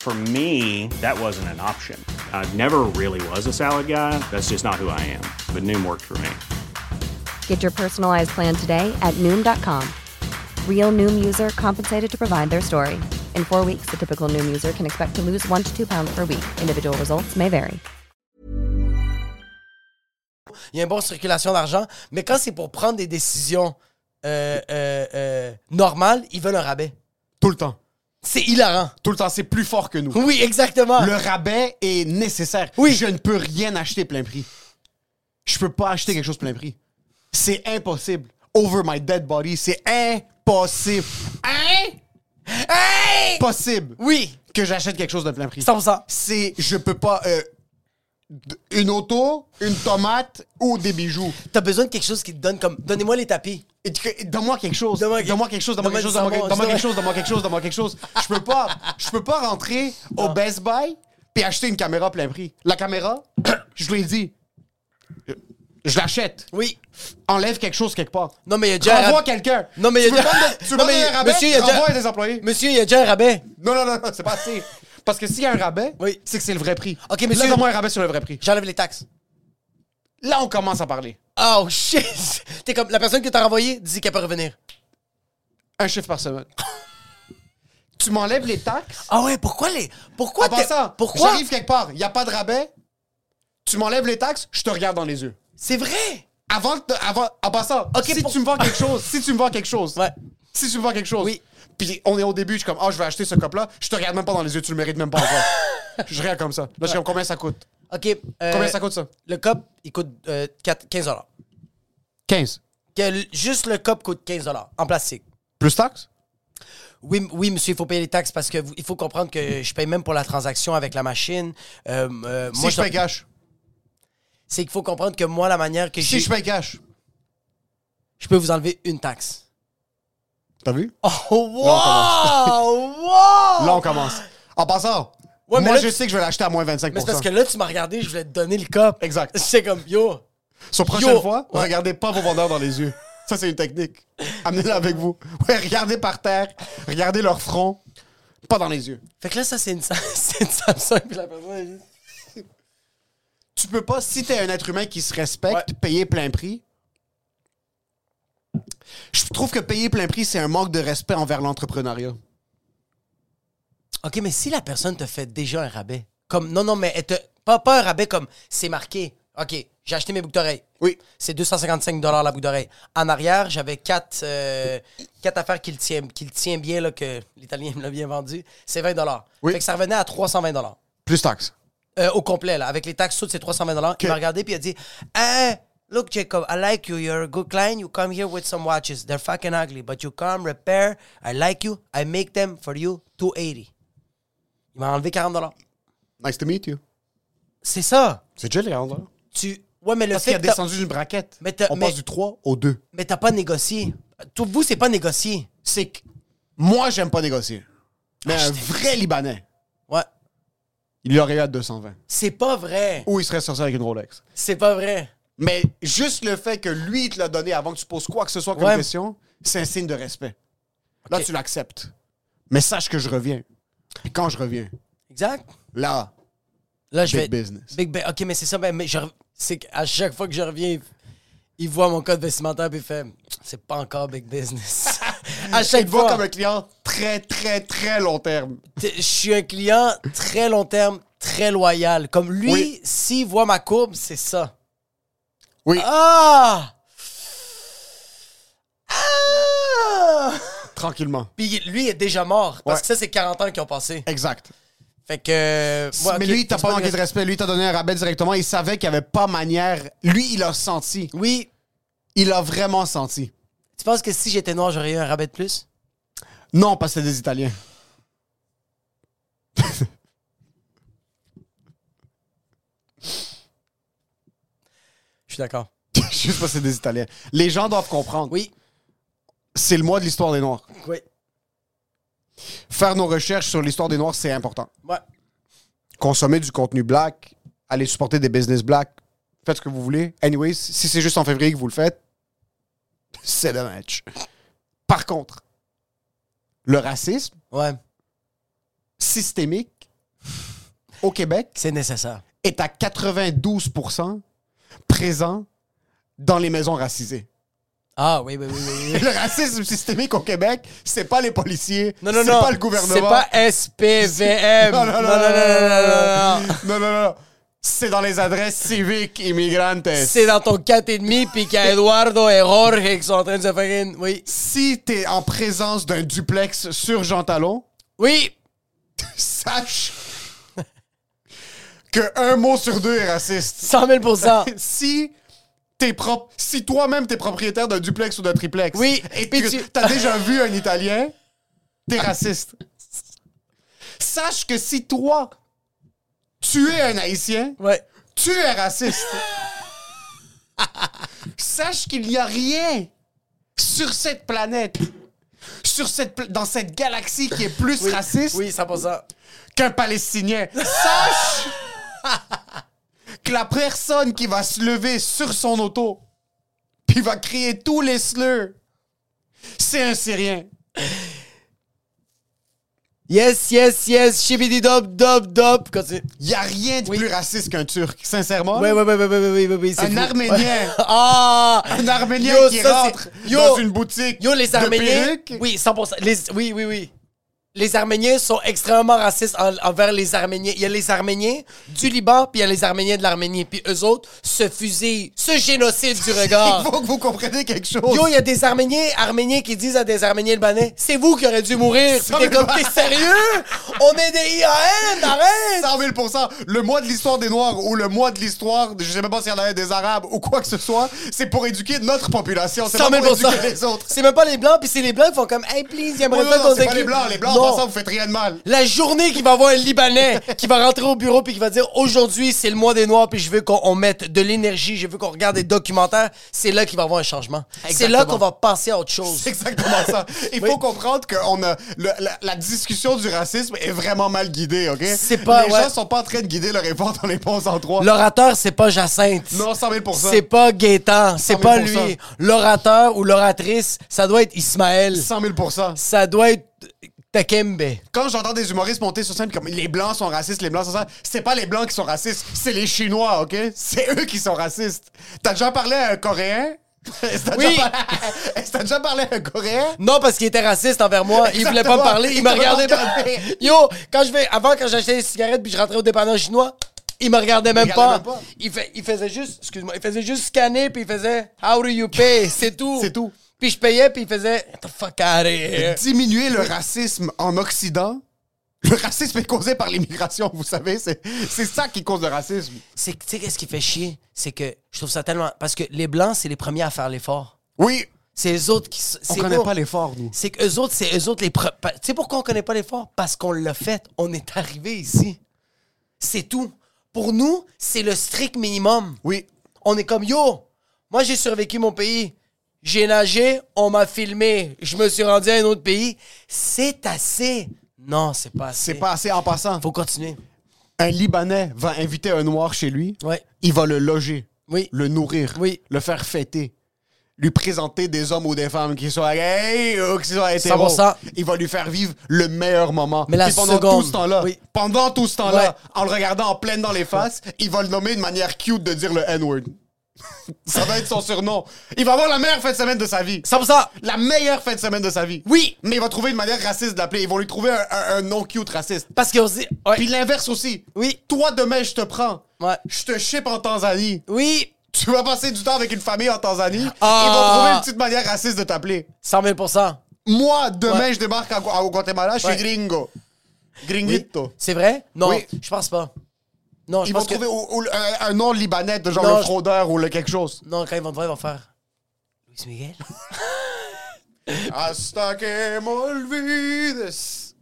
S5: For me, that wasn't an option. I never really was a salad guy. That's just not who I am. But Noom worked for me.
S6: Get your personalized plan today at Noom.com. Real Noom user compensated to provide their story. In four weeks, the typical Noom user can expect to lose one to two pounds per week. Individual results may vary.
S2: il y a une bonne circulation d'argent, mais quand c'est pour prendre des décisions euh, euh, euh, normales, ils veulent un rabais.
S3: Tout le temps.
S2: C'est hilarant.
S3: Tout le temps. C'est plus fort que nous.
S2: Oui, exactement.
S3: Le rabais est nécessaire.
S2: Oui.
S3: Je ne peux rien acheter plein prix. Je peux pas acheter quelque chose plein prix. C'est impossible. Over my dead body, c'est impossible.
S2: Hein? Hey!
S3: Impossible
S2: Oui,
S3: que j'achète quelque chose de plein prix.
S2: 100%.
S3: C'est je peux pas euh, d- une auto, une tomate ou des bijoux.
S2: T'as besoin de quelque chose qui te donne comme donnez-moi les tapis.
S3: Et que- Donne-moi quelque chose.
S2: Donne-moi-
S3: Donne-moi quelque chose. Donne-moi quelque chose.
S2: donne-moi
S3: Donne-moi
S2: du
S3: donne-moi quelque
S2: savon,
S3: chose. Donne-moi quelque chose. Donne-moi quelque chose. Je peux pas. Je peux pas rentrer
S2: Ah.
S3: au Best Buy puis acheter une caméra plein prix. La caméra, je vous l'ai dit, je- je l'achète.
S2: Oui.
S3: Enlève quelque chose quelque part.
S2: Non, mais il y a déjà. un
S3: Renvoie
S2: rab-
S3: quelqu'un.
S2: Non, mais il y a
S3: tu veux
S2: déjà.
S3: pas me- tu veux
S2: Non,
S3: pas
S2: mais
S3: donner un rabais,
S2: monsieur, il y a
S3: renvoie
S2: déjà.
S3: des employés.
S2: Monsieur, il y a déjà un rabais.
S3: Non, non, non, non, c'est pas assez. Parce que s'il y a un rabais,
S2: Oui.
S3: c'est que c'est le vrai prix.
S2: Ok, monsieur-
S3: Là, donne-moi un rabais sur le vrai prix.
S2: J'enlève les taxes.
S3: Là, on commence à parler.
S2: Oh shit! T'es comme la personne que t'as renvoyée dit qu'elle peut revenir.
S3: Un chiffre par semaine. tu m'enlèves les taxes.
S2: Ah ouais, pourquoi les. Pourquoi
S3: en
S2: t'es-
S3: passant,
S2: Pourquoi?
S3: j'arrive quelque part, il n'y a pas de rabais. Tu m'enlèves les taxes, je te regarde dans les yeux.
S2: C'est vrai!
S3: Avant, de- avant en passant,
S2: Ok,
S3: si
S2: pour-
S3: tu me vends quelque chose, si tu me vends quelque chose,
S2: Ouais.
S3: si tu me vends quelque chose,
S2: Oui.
S3: puis on est au début, je suis comme, oh, je vais acheter ce cop-là, je te regarde même pas dans les yeux, tu le mérites même pas encore. je regarde comme ça. Là, je suis comme, combien ça coûte?
S2: Ok. euh,
S3: Combien ça coûte ça?
S2: Le cop, il coûte euh, quatre- 15 dollars.
S3: 15.
S2: que l- juste le cop coûte 15 en plastique.
S3: Plus taxes?
S2: Oui, m- oui, monsieur, il faut payer les taxes parce que vous- il faut comprendre que je paye même pour la transaction avec la machine. Euh, euh,
S3: Si
S2: moi,
S3: je
S2: dois-
S3: paye cash.
S2: C'est qu'il faut comprendre que moi, la manière que
S3: Si
S2: j'ai-
S3: je paye cash.
S2: je peux vous enlever une taxe.
S3: T'as vu?
S2: Oh, wow! wow!
S3: Là, on commence. En passant,
S2: Ouais, mais
S3: moi,
S2: là,
S3: je
S2: tu-
S3: sais que je vais l'acheter à moins 25
S2: Mais c'est parce que là, tu m'as regardé, je voulais te donner le cop.
S3: Exact.
S2: C'est comme, yo,
S3: Sur prochaine
S2: Yo.
S3: fois,
S2: Ouais.
S3: regardez pas vos vendeurs dans les yeux. Ça, c'est une technique. Amenez-la avec vous. Ouais, regardez par terre. Regardez leur front. Pas dans les yeux.
S2: Fait que là, ça, c'est une, c'est une Samsung. Puis la personne, elle dit,
S3: Tu peux pas, si t'es un être humain qui se respecte,
S2: Ouais.
S3: payer plein prix. Je trouve que payer plein prix, c'est un manque de respect envers l'entrepreneuriat.
S2: OK, mais si la personne te fait déjà un rabais, comme, non, non, mais elle te, pas, pas un rabais comme, c'est marqué. OK, j'ai acheté mes boucles d'oreilles.
S3: Oui.
S2: C'est 255 la boucle d'oreille. En arrière, j'avais quatre, euh, quatre affaires qui le tient, qui le tient bien, là, que l'Italien me l'a bien vendu. C'est 20
S3: Oui.
S2: Fait que ça revenait à 320
S3: Plus taxes.
S2: Euh, Au complet, là, avec les taxes, toutes, c'est 320 Il m'a regardé puis il a dit Hey, look, Jacob, I like you. You're a good client. You come here with some watches. They're fucking ugly. But you come, repair. I like you. I make them for you. 280. Il m'a enlevé 40
S3: Nice to meet you.
S2: C'est ça.
S3: C'est déjà les vendeurs.
S2: Tu. Ouais, mais le
S3: Parce
S2: fait
S3: qu'il a
S2: que t'as-
S3: descendu d'une braquette.
S2: Mais t'as-
S3: On
S2: mais-
S3: passe du 3 au 2.
S2: Mais t'as pas négocié. Tout vous, c'est pas négocié.
S3: C'est que Moi, j'aime pas négocier. Mais un vrai Libanais,
S2: Ouais.
S3: il l'aurait eu à 220.
S2: C'est pas vrai.
S3: Ou il serait sorti avec une Rolex.
S2: C'est pas vrai.
S3: Mais juste le fait que lui il te l'a donné avant que tu poses quoi que ce soit comme
S2: Ouais.
S3: question, c'est un signe de respect. Là,
S2: Ok.
S3: tu l'acceptes. Mais sache que je reviens. Puis quand je reviens,
S2: Exact.
S3: là,
S2: Là, je
S3: Big
S2: vais.
S3: business.
S2: Big bu- OK, mais c'est ça. ben, Mais, mais je re- c'est qu'à chaque fois que je reviens, il, il voit mon code vestimentaire puis il fait C'est pas encore big business. à
S3: tu
S2: chaque
S3: te vois
S2: fois.
S3: comme un client très, très, très long terme.
S2: t- Je suis un client très long terme, très loyal. Comme lui,
S3: Oui.
S2: s'il voit ma courbe, c'est ça.
S3: Oui.
S2: Ah! Ah!
S3: Tranquillement.
S2: Puis lui il est déjà mort. Parce
S3: Ouais.
S2: que ça, c'est 40 ans qui ont passé.
S3: Exact.
S2: Fait que. ouais,
S3: mais
S2: ok,
S3: lui, t'as
S2: c'est
S3: pas manqué de respect. Lui, t'as donné un rabais directement. Il savait qu'il y avait pas manière. Lui, il a senti.
S2: Oui.
S3: Il a vraiment senti.
S2: Tu penses que si j'étais noir, j'aurais eu un rabais de plus?
S3: Non, parce que c'était des Italiens.
S2: Je suis d'accord.
S3: Juste parce que c'est des Italiens. Les gens doivent comprendre.
S2: Oui.
S3: C'est le mois de l'histoire des Noirs.
S2: Oui.
S3: Faire nos recherches sur l'histoire des Noirs, c'est important.
S2: Ouais.
S3: Consommer du contenu black, aller supporter des business black, faites ce que vous voulez. Anyways, si c'est juste en février que vous le faites, c'est dommage. Par contre, le racisme
S2: Ouais.
S3: systémique au Québec,
S2: C'est nécessaire.
S3: est à 92 présent dans les maisons racisées.
S2: Ah oui, oui, oui, oui. oui.
S3: Le racisme systémique au Québec, c'est pas les policiers,
S2: Non, non,
S3: c'est
S2: non.
S3: pas le gouvernement.
S2: C'est pas SPVM.
S3: Non, non, non, non, non, non, non, non, non, non, non. C'est dans les adresses civiques immigrantes.
S2: C'est dans ton 4,5 puis qu'il y a Eduardo et Jorge qui sont en train de se faire une- Oui.
S3: Si t'es en présence d'un duplex sur Jean Talon,
S2: Oui.
S3: sache que un mot sur deux est raciste.
S2: 100 000
S3: si t'es prop- si toi-même t'es propriétaire d'un duplex ou d'un triplex,
S2: Oui,
S3: et
S2: puis
S3: que
S2: tu-
S3: t'as déjà vu un Italien, t'es raciste. Sache que si toi, tu es un Haïtien,
S2: Ouais.
S3: tu es raciste. Sache qu'il n'y a rien sur cette planète, sur cette pla- dans cette galaxie qui est plus raciste
S2: Oui, 100
S3: qu'un Palestinien. Sache que la personne qui va se lever sur son auto puis va crier tous les slurs, c'est un Syrien.
S2: Yes, yes, yes. Shibidi dop, dop, dop. Continue.
S3: Il n'y a rien de plus raciste qu'un Turc, sincèrement.
S2: Oui, oui, oui, oui, oui, oui, oui, oui. c'est
S3: Un
S2: fou.
S3: Arménien.
S2: Ah!
S3: Un Arménien
S2: Yo,
S3: qui
S2: ça,
S3: rentre
S2: c'est- yo,
S3: dans une boutique
S2: Yo, les
S3: de
S2: Arméniens.
S3: perruques.
S2: Oui, 100%. Les, oui, oui, oui. Les Arméniens sont extrêmement racistes en- envers les Arméniens. Il y a les Arméniens du Liban, puis il y a les Arméniens de l'Arménie. Puis eux autres se fusillent, ce génocide du regard.
S3: Il faut que vous compreniez quelque chose.
S2: Ah. Yo, il y a des Arméniens, Arméniens qui disent à des Arméniens libanais, c'est vous qui aurez dû mourir. Puis T'es comme, t'es sérieux? On est des IAN, arrête!
S3: 100 000 Le mois de l'histoire des Noirs ou le mois de l'histoire, je sais même pas s'il y en avait des Arabes ou quoi que ce soit, c'est pour éduquer notre population. C'est pas
S2: 100 000
S3: pour éduquer les autres.
S2: C'est même pas les Blancs, puis c'est les Blancs qui font comme, hey, please,
S3: Non,
S2: j'aimerais
S3: non,
S2: pas
S3: non,
S2: qu'on
S3: c'est pas
S2: s'écrive.
S3: les Blancs. Les Blancs,
S2: Non.
S3: en passant, vous faites rien de mal.
S2: La journée qu'il va y avoir un Libanais qui va rentrer au bureau puis qui va dire aujourd'hui c'est le mois des Noirs puis je veux qu'on on mette de l'énergie, je veux qu'on regarde des documentaires, c'est là qu'il va y avoir un changement. C'est là qu'on va passer à autre chose.
S3: C'est exactement ça. Il
S2: Oui.
S3: faut comprendre que on a le- la, la discussion du racisme est vraiment mal guidée, OK?
S2: C'est pas-
S3: les
S2: ouais.
S3: gens sont pas en train de guider leur effort dans les ponts en trois.
S2: L'orateur, c'est pas Jacinthe.
S3: Non, 100 000
S2: C'est pas Gaétan, c'est
S3: 100 000
S2: pas lui. L'orateur ou l'oratrice, ça doit être Ismaël.
S3: 100 000
S2: Ça doit être Takembe.
S3: Quand j'entends des humoristes monter sur scène comme les blancs sont racistes, les blancs sont racistes, c'est pas les blancs qui sont racistes, c'est les chinois, ok? C'est eux qui sont racistes. T'as déjà parlé à un coréen? Est-ce que t'as
S2: Oui.
S3: déjà parlé- Est-ce que t'as déjà parlé à un coréen?
S2: Non, parce qu'il était raciste envers moi. Il voulait pas me
S3: Exactement.
S2: parler. Il
S3: Il
S2: me
S3: te
S2: regardait pas.
S3: regardait.
S2: Yo, quand je vais, avant, quand j'achetais des cigarettes puis je rentrais au dépanneur chinois, il me regardait même pas.
S3: regardait même pas.
S2: Il, fait, il faisait juste, excuse-moi, il faisait juste scanner puis il faisait How do you pay? C'est tout.
S3: C'est tout.
S2: Puis je payais puis il faisait Get the fuck out of here.
S3: Diminuer le racisme en Occident. Le racisme est causé par l'immigration, vous savez. C'est c'est ça qui cause le racisme.
S2: C'est, tu sais, qu'est-ce qui fait chier? C'est que je trouve ça tellement. Parce que les Blancs, c'est les premiers à faire l'effort.
S3: Oui,
S2: C'est eux autres qui. s-
S3: on
S2: c'est
S3: connaît
S2: pas-
S3: pas l'effort, nous.
S2: C'est qu'eux autres, c'est eux autres les. pre- pa- Tu sais pourquoi on connaît pas l'effort? Parce qu'on l'a fait. On est arrivé ici. C'est tout. Pour nous, c'est le strict minimum.
S3: Oui,
S2: On est comme yo, moi j'ai survécu mon pays. j'ai nagé, on m'a filmé, je me suis rendu à un autre pays. C'est assez. Non, c'est pas assez.
S3: C'est pas assez en passant.
S2: Faut continuer.
S3: Un Libanais va inviter un Noir chez lui.
S2: Ouais.
S3: Il va le loger,
S2: Oui.
S3: le nourrir,
S2: Oui.
S3: le faire fêter, lui présenter des hommes ou des femmes qui soient gays ou qui soient hétéros.
S2: 100%.
S3: Il va lui faire vivre le meilleur moment.
S2: Mais la
S3: Puis pendant
S2: seconde,
S3: tout ce temps-là,
S2: oui.
S3: pendant tout ce temps-là,
S2: Ouais.
S3: en le regardant en pleine dans les faces, il va le nommer de manière cute de dire le N-word. Ça va être son surnom. Il va avoir la meilleure fin de semaine de sa vie.
S2: 100%.
S3: La meilleure fin de semaine de sa vie.
S2: Oui.
S3: Mais il va trouver une manière raciste de l'appeler. Ils vont lui trouver un, un- un nom cute raciste.
S2: Parce qu'on se dit. ouais.
S3: Puis l'inverse aussi.
S2: Oui.
S3: Toi, demain, je te prends.
S2: Ouais.
S3: Je te ship en Tanzanie.
S2: Oui.
S3: Tu vas passer du temps avec une famille en Tanzanie. Ils
S2: Ah.
S3: vont trouver une petite manière raciste de t'appeler.
S2: 100 000
S3: Moi, demain,
S2: Ouais.
S3: je débarque à- au Guatemala. Je suis
S2: Ouais.
S3: gringo.
S2: Oui.
S3: Gringuito.
S2: C'est vrai? Non,
S3: Oui.
S2: je pense pas. Non, je
S3: Ils vont
S2: pense que.
S3: trouver ou- ou un, un nom libanais de genre
S2: Non,
S3: le
S2: je-
S3: fraudeur ou le quelque chose.
S2: Non, quand ils vont te voir, ils vont faire. Luis Miguel?
S3: Hasta que m'olvides.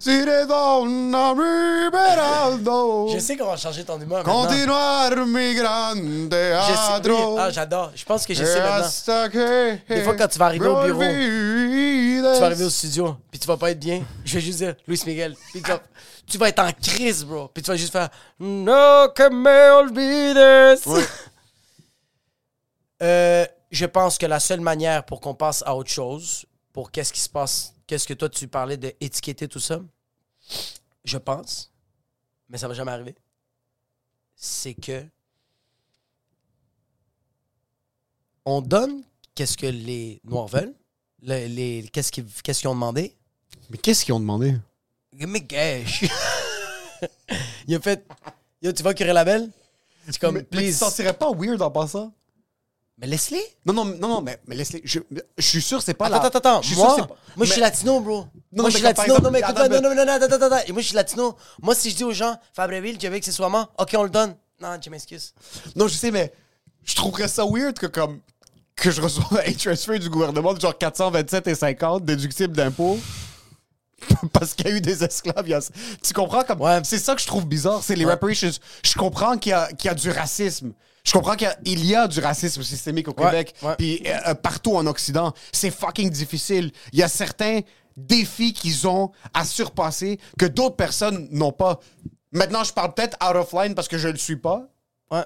S3: Si de donna mi veraldo.
S2: Je sais qu'on va changer ton humeur. maintenant.
S3: Continuar mi grande
S2: Je sais-
S3: adro.
S2: oui. Ah, j'adore. Je pense que je sais maintenant.
S3: Hasta que
S2: Des fois, quand tu vas arriver au bureau,
S3: m'olvides.
S2: Tu vas arriver au studio, puis tu vas pas être bien. Je vais juste dire Luis Miguel. Puis tu vas, tu vas être en crise, bro. Puis tu vas juste faire No que me olvides. Euh, je pense que la seule manière pour qu'on passe à autre chose, pour qu'est-ce qui se passe, qu'est-ce que toi tu parlais d'étiqueter tout ça, je pense, mais ça va jamais arriver, c'est que on donne qu'est-ce que les Noirs veulent, le- les, qu'est-ce qu'ils qu'est-ce qu'ils ont demandé.
S3: Mais qu'est-ce qu'ils ont demandé?
S2: Give me cash. Il a fait, yo, tu vas curer la belle? C'est comme,
S3: Mais, mais tu te
S2: please.
S3: sentirais pas weird en passant?
S2: Mais laisse-les.
S3: Non, non, non, non, mais, mais laisse-les. Je, je suis sûr, c'est pas
S2: Attends,
S3: la-
S2: attends, attends.
S3: Je suis
S2: Moi,
S3: sûr, c'est pas-
S2: moi je
S3: mais-
S2: suis latino, bro.
S3: Non,
S2: moi, je
S3: mais
S2: suis
S3: comme par
S2: latino.
S3: exemple-
S2: non, mais
S3: attends,
S2: écoute-moi.
S3: mais-
S2: Non, non, non, non, attends, attends, attends. Et moi, je suis latino. Moi, si je dis aux gens, Fabreville, tu veux que ce soit moi? OK, on le donne. Non, je m'excuse.
S3: Non, je sais, mais je trouverais ça weird que comme que je reçois un transfer du gouvernement de genre 427 et 50 déductible d'impôts parce qu'il y a eu des esclaves. il y a- Tu comprends comme
S2: Ouais.
S3: c'est ça que je trouve bizarre, c'est les
S2: Ouais.
S3: reparations. Je comprends qu'il y a qu'il y a du racisme. Je comprends qu'il y a, il y a du racisme systémique au
S2: Ouais,
S3: Québec
S2: ouais.
S3: puis euh, euh, partout en Occident. C'est fucking difficile. Il y a certains défis qu'ils ont à surpasser que d'autres personnes n'ont pas. Maintenant, je parle peut-être out of line parce que je le suis pas,
S2: Ouais.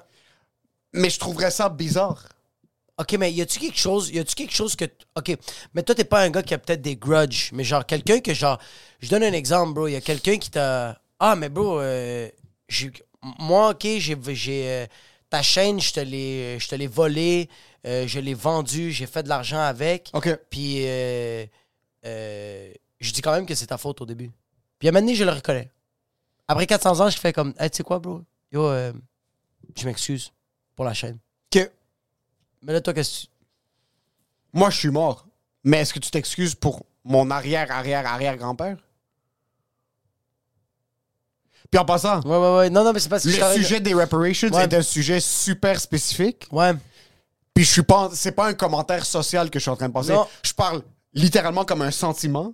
S3: mais je trouverais ça bizarre.
S2: OK, mais y a-tu quelque chose, y a-tu quelque chose que t- OK, mais toi t'es pas un gars qui a peut-être des grudges, mais genre quelqu'un que genre je donne un exemple bro, y a quelqu'un qui t'a Ah mais bro, euh, j'ai- moi OK, j'ai j'ai euh, ta chaîne, je te l'ai je te l'ai volée, euh, je l'ai vendue, j'ai fait de l'argent avec.
S3: OK.
S2: Puis euh, euh, je dis quand même que c'est ta faute au début. Puis à un moment donné, je le reconnais. Après 400 ans, je fais comme Hey, tu sais quoi bro? Yo euh, je m'excuse pour la chaîne.
S3: Que
S2: Mais là toi qu'est-ce que tu
S3: moi, je suis mort. Mais est-ce que tu t'excuses pour mon arrière, arrière, arrière grand-père? Puis en passant,
S2: Ouais, ouais, ouais. Non, non, mais c'est parce que je
S3: le
S2: t'arrête-
S3: sujet des reparations
S2: Ouais.
S3: est un sujet super spécifique.
S2: Ouais.
S3: Puis je suis pas, c'est pas un commentaire social que je suis en train de passer.
S2: Non.
S3: Je parle littéralement comme un sentiment.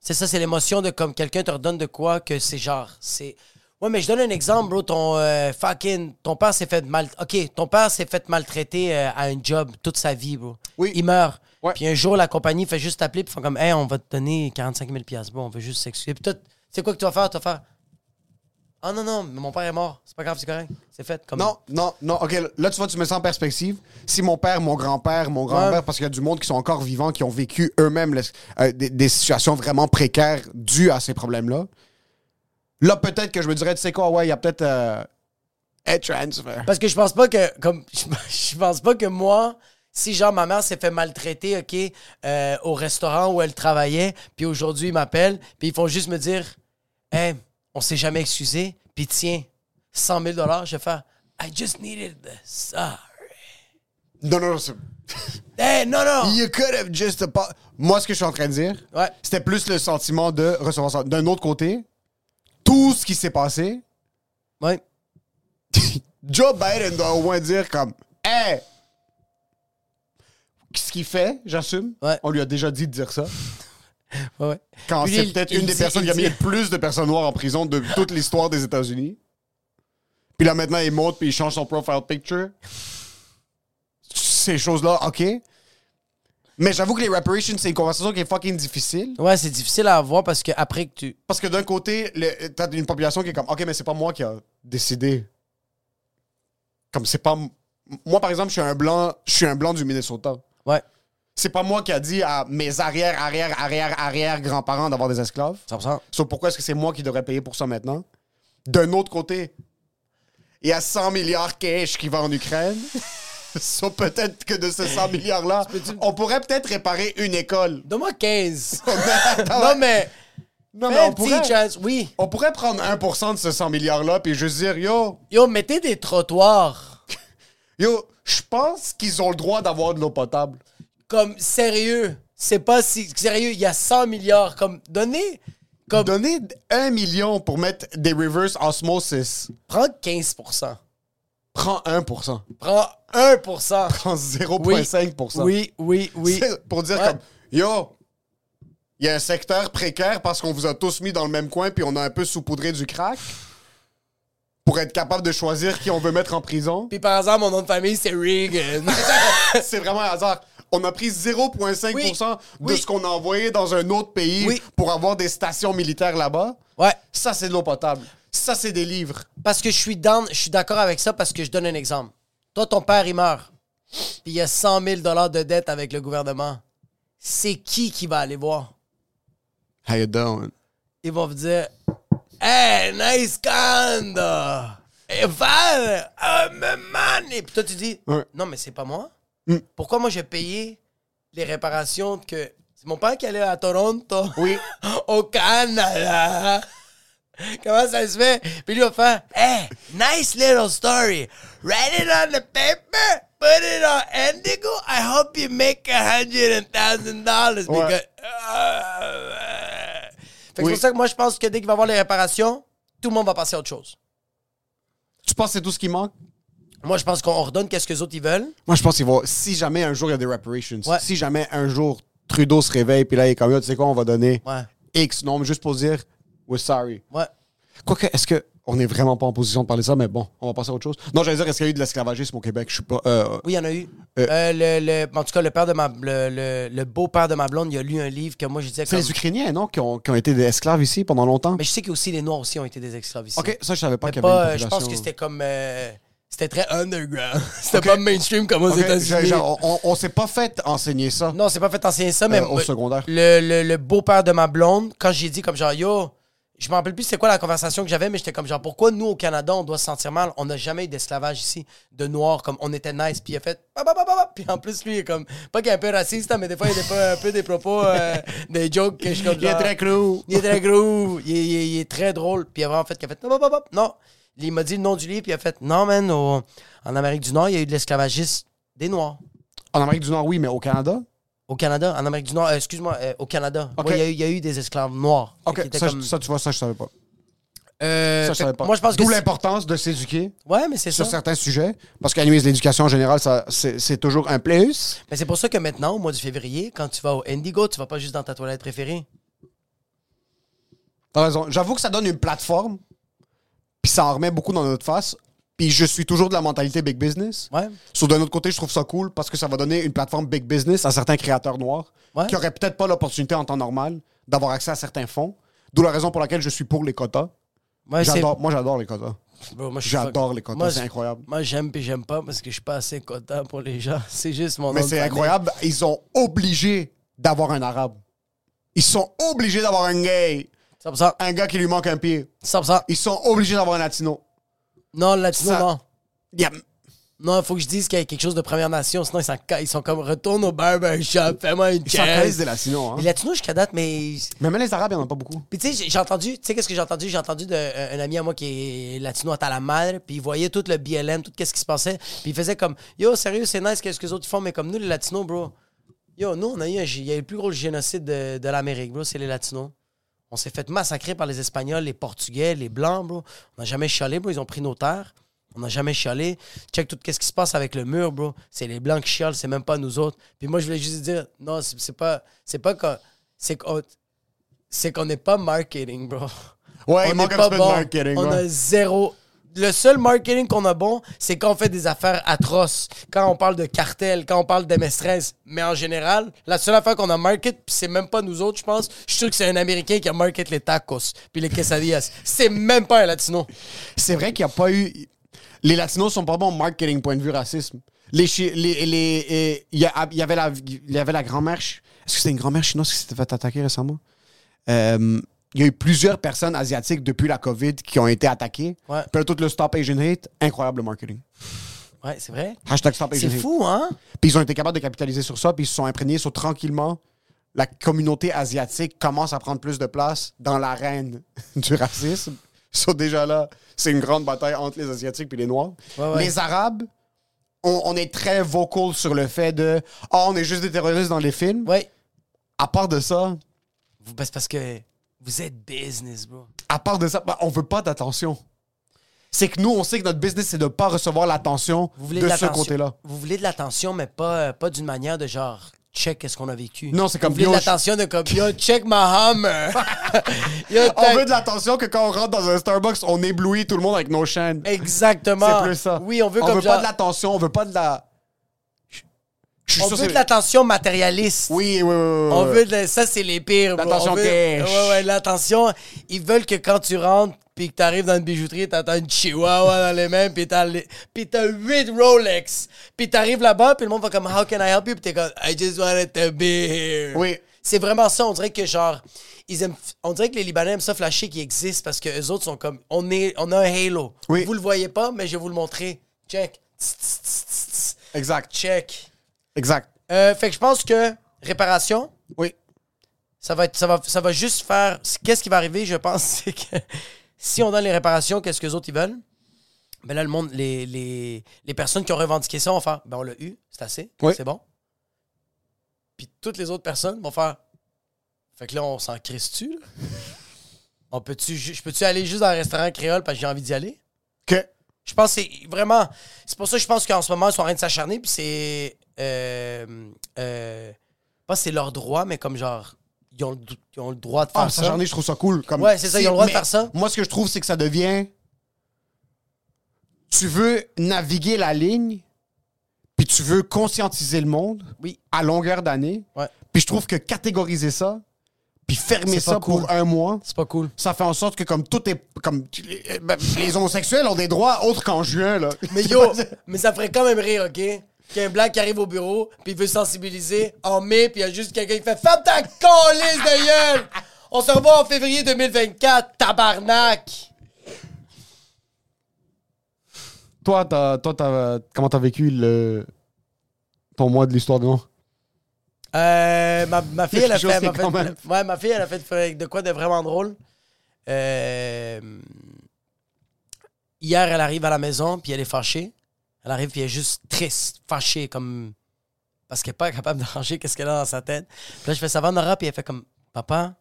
S2: C'est ça, c'est l'émotion de comme quelqu'un te redonne de quoi que c'est genre. c'est Ouais, mais je donne un exemple, bro. Ton euh, fucking. Ton père s'est fait mal. Ok, ton père s'est fait maltraiter euh, à un job toute sa vie, bro.
S3: Oui.
S2: Il meurt.
S3: Ouais.
S2: Puis un jour, la compagnie fait juste t'appeler, puis font comme, hey, on va te donner 45 000 piastres, bro. On veut juste s'excuser. Puis toi, t- c'est quoi que tu vas faire? Tu vas faire. Ah non, non, mais mon père est mort. C'est pas grave, c'est correct. C'est fait. Comme...
S3: Non, non, non. OK, là, tu vois, tu mets ça en perspective. Si mon père, mon grand-père, mon grand-père,
S2: Ouais.
S3: parce qu'il y a du monde qui sont encore vivants, qui ont vécu eux-mêmes les- euh, des, des situations vraiment précaires dues à ces problèmes-là, là, peut-être que je me dirais, tu sais quoi, ouais, il y a peut-être euh, un transfer.
S2: Parce que je pense pas que comme je, je pense pas que moi si genre ma mère s'est fait maltraiter OK euh, au restaurant où elle travaillait puis aujourd'hui ils m'appellent puis ils font juste me dire "Hey, on s'est jamais excusé puis tiens 100 000 dollars je fais I just needed the sorry.
S3: Non, non, non. c'est-
S2: Hey, non non.
S3: You could have just a pa- Moi, ce que je suis en train de dire,
S2: Ouais.
S3: c'était plus le sentiment de recevoir ça. D'un autre côté, tout ce qui s'est passé,
S2: Ouais.
S3: Joe Biden doit au moins dire comme Hey! Ce qu'il fait, j'assume.
S2: Ouais.
S3: On lui a déjà dit de dire ça.
S2: Ouais. ouais.
S3: Quand
S2: Lui,
S3: c'est
S2: il-
S3: peut-être
S2: il
S3: une des
S2: dit-
S3: personnes
S2: il
S3: qui a mis
S2: dit-
S3: le plus de personnes noires en prison de toute l'histoire des États-Unis. Puis là, maintenant, il monte puis il change son profile picture. Ces choses-là, OK. Mais j'avoue que les reparations, c'est une conversation qui est fucking difficile.
S2: Ouais, c'est difficile à avoir parce que après que tu.
S3: Parce que d'un côté, le- t'as une population qui est comme, OK, mais c'est pas moi qui a décidé. Comme c'est pas. m- Moi, par exemple, je suis un blanc, je suis un blanc du Minnesota.
S2: Ouais,
S3: C'est pas moi qui a dit à mes arrière, arrière, arrière, arrière grands-parents d'avoir des esclaves.
S2: 100%.
S3: Sauf pourquoi est-ce que c'est moi qui devrais payer pour ça maintenant? D'un autre côté, il y a 100 milliards cash qui va en Ukraine. Sauf peut-être que de ces 100 milliards-là, on pourrait peut-être réparer une école.
S2: Donne-moi 15.
S3: non,
S2: non, mais.
S3: Ah non, mais
S2: Fais
S3: on
S2: une
S3: pourrait,
S2: petite chance, oui.
S3: on pourrait prendre 1% de ces 100 milliards-là puis juste dire, yo,
S2: Yo, mettez des trottoirs.
S3: yo, je pense qu'ils ont le droit d'avoir de l'eau potable.
S2: Comme, sérieux. C'est pas si. Sérieux, il y a 100 milliards. Comme, donnez. Comme,
S3: Donner 1 million pour mettre des reverse osmosis,
S2: prends 15%.
S3: prends 1%.
S2: Prends 1%.
S3: Prends 0,5%.
S2: Oui, oui, oui.
S3: C'est Pour dire
S2: Ouais.
S3: comme Yo, il y a un secteur précaire parce qu'on vous a tous mis dans le même coin puis on a un peu saupoudré du crack pour être capable de choisir qui on veut mettre en prison.
S2: Puis par exemple, mon nom de famille, c'est Reagan.
S3: C'est vraiment un hasard. On a pris 0,5% de
S2: Oui.
S3: ce qu'on a envoyé dans un autre pays
S2: Oui.
S3: pour avoir des stations militaires là-bas.
S2: ouais.
S3: Ça, c'est de l'eau potable. Ça, c'est des livres.
S2: Parce que je suis down- je suis d'accord avec ça parce que je donne un exemple. Toi, ton père, il meurt. Puis il y a 100 000 de dette avec le gouvernement. C'est qui qui va aller voir?
S3: How you doing?
S2: Ils vont vous dire Hey, nice condo! Et Val, I'm a money! Puis toi, tu dis
S3: Ouais. Mm.
S2: Non, mais c'est pas moi. Pourquoi moi, j'ai payé les réparations que. C'est mon père qui allait à Toronto.
S3: Oui.
S2: au Canada. Comment ça se fait? Puis lui va faire Hey, nice little story. Write it on the paper, put it on Indigo. I hope you make a hundred and thousand dollars.
S3: Ouais.
S2: because- Ah, ouais. Fait que c'est
S3: Oui.
S2: pour ça que moi je pense que dès qu'il va y avoir les réparations, tout le monde va passer à autre chose.
S3: Tu penses que c'est tout ce qui manque?
S2: Moi je pense qu'on ordonne qu'est-ce que les autres ils veulent.
S3: Moi, je pense qu'il va. Si jamais un jour il y a des reparations,
S2: Ouais.
S3: si jamais un jour Trudeau se réveille, puis là, il est comme, Yo, tu sais quoi, on va donner
S2: Ouais.
S3: X nombre juste pour dire, we're sorry.
S2: Ouais.
S3: Quoique, est-ce que. On n'est vraiment pas en position de parler de ça, mais bon, on va passer à autre chose. Non, j'allais dire, est-ce qu'il y a eu de l'esclavagisme au Québec? Je suis pas. euh,
S2: Oui, il y en a eu.
S3: Euh,
S2: Euh, le, le- en tout cas, le père de ma le, le- le beau-père de ma blonde, il a lu un livre que moi je disais
S3: C'est
S2: comme-
S3: les Ukrainiens, non, qui ont, qui ont été des esclaves ici pendant longtemps?
S2: Mais je sais que aussi les Noirs aussi ont été des esclaves ici.
S3: Ok, ça, je savais pas
S2: Mais
S3: qu'il y
S2: pas,
S3: avait
S2: euh,
S3: une
S2: je pense
S3: population-
S2: que c'était comme. euh, c'était très underground. c'était pas mainstream comme aux
S3: Ok, genre,
S2: États-Unis.
S3: genre, on, on s'est pas fait enseigner ça.
S2: Non, c'est pas fait enseigner ça, mais.
S3: au secondaire.
S2: Le, le- le beau-père de ma blonde, quand j'ai dit comme genre, yo, je me rappelle plus c'est quoi la conversation que j'avais, mais j'étais comme genre, pourquoi nous au Canada on doit se sentir mal On n'a jamais eu d'esclavage ici, de noirs, comme on était nice, puis il a fait. Bah, bah, bah, bah, bah. Puis en plus, lui, il est comme. Pas qu'il est un peu raciste, hein, mais des fois, il est pas un peu des propos, euh, des jokes que je suis comme
S4: é
S2: genre-
S3: cru.
S2: il est très gros, il est, il est- il est très drôle. Puis avant, en fait, il a fait non, non, non, non, non. Il m'a dit le nom du livre, puis il a fait non, man, au- en Amérique du Nord, il y a eu de l'esclavagisme des Noirs.
S3: En Amérique du Nord, oui, mais au Canada?
S2: Au Canada, en Amérique du Nord, euh, excuse-moi, euh, au Canada,
S3: Ok.
S2: Ouais, il, y a eu, il y a eu des esclaves noirs. Fait
S3: Ok,
S2: qu'ils étaient
S3: ça,
S2: comme-
S3: ça, tu vois, ça, je savais pas.
S2: Euh,
S3: Ça, je
S2: fait-
S3: savais pas.
S2: Moi, je pense que.
S3: D'où
S2: c'est-
S3: l'importance de s'éduquer.
S2: Ouais, mais c'est ça.
S3: sur certains sujets, parce qu'à la limite, l'éducation en général, ça, c'est, c'est toujours un plus.
S2: Mais c'est pour ça que maintenant, au mois de février, quand tu vas au Indigo, tu vas pas juste dans ta toilette préférée.
S3: T'as raison. J'avoue que ça donne une plateforme, puis ça en remet beaucoup dans notre face. Puis je suis toujours de la mentalité big business.
S2: Ouais.
S3: Sur d'un autre côté, je trouve ça cool parce que ça va donner une plateforme big business à certains créateurs noirs
S2: Ouais.
S3: qui auraient peut-être pas l'opportunité en temps normal d'avoir accès à certains fonds. D'où la raison pour laquelle je suis pour les quotas.
S2: Ouais, c'est-
S3: J'adore, moi, j'adore les quotas.
S2: Bro, moi, je suis
S3: J'adore
S2: fuck-
S3: les quotas,
S2: Moi,
S3: c'est
S2: je-
S3: incroyable.
S2: Moi, j'aime puis j'aime pas parce que je suis pas assez content pour les gens. C'est juste mon
S3: Mais
S2: nom de
S3: c'est
S2: famille.
S3: incroyable, ils sont obligés d'avoir un arabe. Ils sont obligés d'avoir un gay,
S2: 100%.
S3: un gars qui lui manque un pied.
S2: 100%.
S3: Ils sont obligés d'avoir un latino.
S2: Non, le latino,
S3: Ça-
S2: non.
S3: Yeah.
S2: Non, il faut que je dise qu'il y a quelque chose de Première Nation, sinon ils, s'en ca- ils sont comme retourne au barbershop, fais-moi une
S3: Ils s'en calissent
S2: chaise.
S3: des latinos. Hein.
S2: Les Latinos jusqu'à date, mais.
S3: Mais même les Arabes, il n'y en a pas beaucoup.
S2: Puis tu sais, j'ai- j'ai entendu, tu sais, qu'est-ce que j'ai entendu? J'ai entendu d'un ami à moi qui est latino à Talamadre, puis il voyait tout le BLM, tout quest ce qui se passait, puis il faisait comme Yo, sérieux, c'est nice, qu'est-ce que les autres font, mais comme nous, les Latinos, bro. Yo, nous, on a eu, un gé- il y a eu le plus gros génocide de, de l'Amérique, bro, c'est les Latinos. On s'est fait massacrer par les Espagnols, les Portugais, les Blancs, bro. On n'a jamais chialé, bro. Ils ont pris nos terres. On n'a jamais chialé. Check tout ce qui se passe avec le mur, bro. C'est les Blancs qui chialent, c'est même pas nous autres. Puis moi, je voulais juste dire, non, c'est c'est pas... C'est pas qu'on... C'est oh, qu'on... C'est qu'on n'est pas marketing, bro.
S3: Ouais, il
S2: on
S3: manque
S2: n'est
S3: un
S2: pas
S3: petit peu de marketing,
S2: On
S3: ouais.
S2: a zéro... le seul marketing qu'on a bon, c'est quand on fait des affaires atroces. Quand on parle de cartel, quand on parle de MS-13. Mais en général, la seule affaire qu'on a market, puis c'est même pas nous autres, je pense. Je suis sûr que c'est un Américain qui a market les tacos puis les quesadillas. C'est même pas un Latino.
S3: C'est vrai qu'il n'y a pas eu. Les Latinos sont pas bons au marketing, point de vue racisme. Les chi- les, les- eh, il y, a- il y avait la, il y avait la grand-mère. chi- Est-ce que c'était une grand-mère chinoise qui s'était fait attaquer récemment? Euh, il y a eu plusieurs personnes asiatiques depuis la COVID qui ont été attaquées.
S2: Ouais.
S3: Puis là, tout le Stop Asian Hate, incroyable marketing.
S2: Ouais, c'est vrai.
S3: Hashtag Stop Asian
S2: C'est
S3: Hate.
S2: fou, hein?
S3: Puis ils ont été capables de capitaliser sur ça, puis ils se sont imprégnés sur tranquillement. La communauté asiatique commence à prendre plus de place dans l'arène du racisme. Ça, déjà là, c'est une grande bataille entre les Asiatiques et les Noirs.
S2: Ouais, ouais.
S3: Les Arabes, on, on est très vocal sur le fait de Ah, on est juste des terroristes dans les films.
S2: Ouais.
S3: À part de ça,
S2: Vous- ben, c'est parce que vous êtes business, bro.
S3: à part de ça, bah, on veut pas d'attention. C'est que nous, on sait que notre business, c'est de pas recevoir l'attention
S2: Vous voulez
S3: de ce
S2: l'attention-
S3: côté-là.
S2: Vous voulez de l'attention, mais pas, euh, pas d'une manière de genre check qu'est-ce qu'on a vécu.
S3: Non, c'est comme,
S2: Vous voulez
S3: yo,
S2: de
S3: je-
S2: l'attention de comme yo, check my hammer. Yo,
S3: On
S2: t'as-
S3: veut de l'attention que quand on rentre dans un Starbucks, on éblouit tout le monde avec nos chaînes.
S2: Exactement.
S3: C'est plus ça.
S2: Oui, on veut
S3: on
S2: comme
S3: veut
S2: genre.
S3: pas de l'attention, on veut pas de la. Je- Je suis
S2: on
S3: sûr
S2: veut
S3: c'est-
S2: de l'attention matérialiste.
S3: Oui, oui, oui. oui,
S2: On
S3: oui.
S2: veut de la- ça, c'est les pires. bro.
S3: Euh, L'attention
S2: On veut-
S3: cash.
S2: Ouais, ouais, l'attention. Ils veulent que quand tu rentres puis que t'arrives dans une bijouterie, t'entends une chihuahua dans les mains puis t'as les- puis t'as huit Rolex. Puis t'arrives là-bas puis le monde va comme How can I help you? Puis t'es comme I just wanted to be here.
S3: Oui.
S2: C'est vraiment ça. On dirait que genre ils aiment. On dirait que les Libanais aiment ça flasher qui existe parce que les autres sont comme on est on a un halo.
S3: Oui.
S2: Vous le voyez pas, mais je vais vous le montrer. Check. Tss, tss, tss, tss, tss.
S3: Exact.
S2: Check.
S3: Exact.
S2: Euh, fait que je pense que réparation,
S3: Oui.
S2: ça va, être, ça, va, ça va juste faire. Qu'est-ce qui va arriver, je pense, c'est que si on donne les réparations, qu'est-ce que les autres ils veulent? Ben là, le monde, les, les, les personnes qui ont revendiqué ça vont faire ben on l'a eu, c'est assez,
S3: Oui.
S2: c'est bon. Puis toutes les autres personnes vont faire Fait que là, on s'en crisse-tu, là? On peut-tu, ju- je peux-tu aller juste dans un restaurant créole parce que j'ai envie d'y aller?
S3: Que.
S2: Je pense que c'est vraiment. C'est pour ça que je pense qu'en ce moment, ils sont en train de s'acharner, puis c'est. Euh, euh, pas c'est leur droit, mais comme genre. Ils ont, le dou- ils ont le droit de faire
S3: Ah, ça,
S2: ça.
S3: j'en ai, je trouve ça cool. Comme,
S2: Ouais, c'est ça, ils ont le droit de
S3: mais
S2: faire ça.
S3: Moi, ce que je trouve, c'est que ça devient. Tu veux naviguer la ligne, puis tu veux conscientiser le monde
S2: Oui.
S3: à longueur d'année.
S2: Ouais.
S3: Puis je trouve que catégoriser ça, puis fermer
S2: C'est
S3: ça
S2: pas cool.
S3: pour un mois,
S2: C'est pas cool.
S3: ça fait en sorte que comme tout est comme les- ben, les homosexuels ont des droits autres qu'en juin là.
S2: Mais yo, mais ça ferait quand même rire, OK? Qu'il y a un black qui arrive au bureau, puis il veut sensibiliser en mai, puis il y a juste quelqu'un qui fait Femme ta colisse de gueule! On se revoit en février 2024, tabarnak!
S3: toi t'as, toi t'as, comment t'as vécu le ton mois de l'histoire de Noir?
S2: Euh, ma, ma fille, elle a
S3: Quelque chose
S2: fait,
S3: qui
S2: m'a
S3: est quand
S2: fait-
S3: même-
S2: ouais, ma fille, elle a fait de quoi de vraiment drôle. Euh, hier, elle arrive à la maison, puis elle est fâchée. Elle arrive, puis elle est juste triste, fâchée, comme. Parce qu'elle n'est pas capable de ranger qu'est-ce qu'elle a dans sa tête. Puis là, je fais ça va, Nora, puis elle fait comme Papa,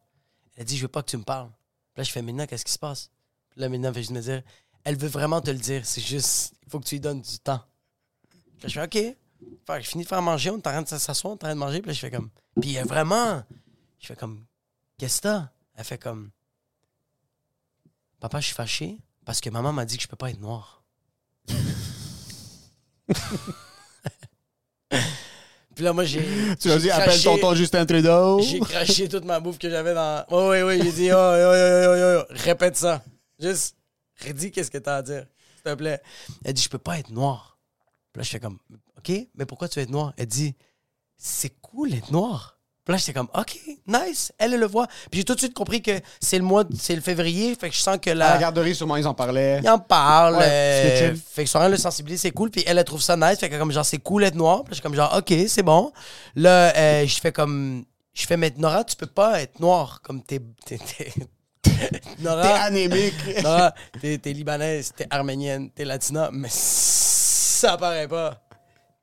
S2: elle dit Je veux pas que tu me parles. Puis là, je fais Maintenant, qu'est-ce qui se passe Puis là, maintenant, elle fait juste me dire Elle veut vraiment te le dire, c'est juste, il faut que tu lui donnes du temps. Puis là, je fais OK. Fait que je finis de faire manger, on est en train de s'asseoir, on est en train de manger. Puis là, je fais comme. Puis euh, vraiment, je fais comme. Qu'est-ce que t'as? Elle fait comme. Papa, je suis fâché parce que maman m'a dit que je peux pas être noir. Puis là, moi, j'ai.
S3: Tu l'as
S2: j'ai
S3: dit appelle
S2: craché-
S3: tonton Justin Trudeau.
S2: J'ai craché toute ma bouffe que j'avais dans. Oui, oui, oui. J'ai dit, oh, oh, oh, oh, oh, oh, répète ça. Juste, redis qu'est-ce que t'as à dire, s'il te plaît. Elle dit, je peux pas être noir. Puis là, je fais comme, OK, mais pourquoi tu veux être noir? Elle dit, c'est cool être noir. Puis là, j'étais comme, OK, nice. Elle, elle le voit. Puis j'ai tout de suite compris que c'est le mois, de- c'est le février. Fait que je sens que
S3: À
S2: la.
S3: la garderie sûrement ils en parlaient.
S2: Il en parle.
S3: Ouais,
S2: euh,
S3: c'est chill.
S2: fait que son elle le sensibilise, c'est cool. Puis elle, elle trouve ça nice. Fait que comme genre, c'est cool être noir. Puis je suis comme genre, OK, c'est bon. Là, euh, je fais comme. Je fais, mais Nora, tu peux pas être noir comme t'es. t'es- t'es-
S3: T'es
S2: Nora,
S3: anémique.
S2: Nora, t'es t'es libanaise, t'es arménienne, t'es latina, mais ça paraît pas.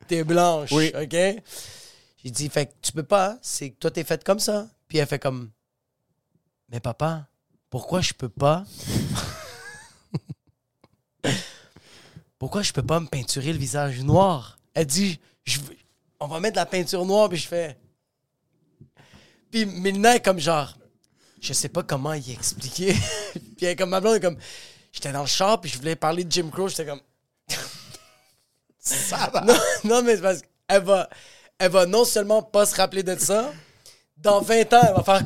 S2: T'es blanche.
S3: Oui.
S2: OK? J'ai dit, fait que tu peux pas. C'est que toi, t'es faite comme ça. Puis elle fait comme. Mais papa, pourquoi je peux pas pourquoi je peux pas me peinturer le visage noir? Elle dit, je veux- on va mettre de la peinture noire, puis je fais. Puis Milna est comme genre, je sais pas comment y expliquer. puis elle, est comme ma blonde est comme, J'étais dans le char, puis je voulais parler de Jim Crow. J'étais comme. non, non, mais c'est parce qu'elle va, elle va non seulement pas se rappeler de ça, dans 20 ans, elle va faire.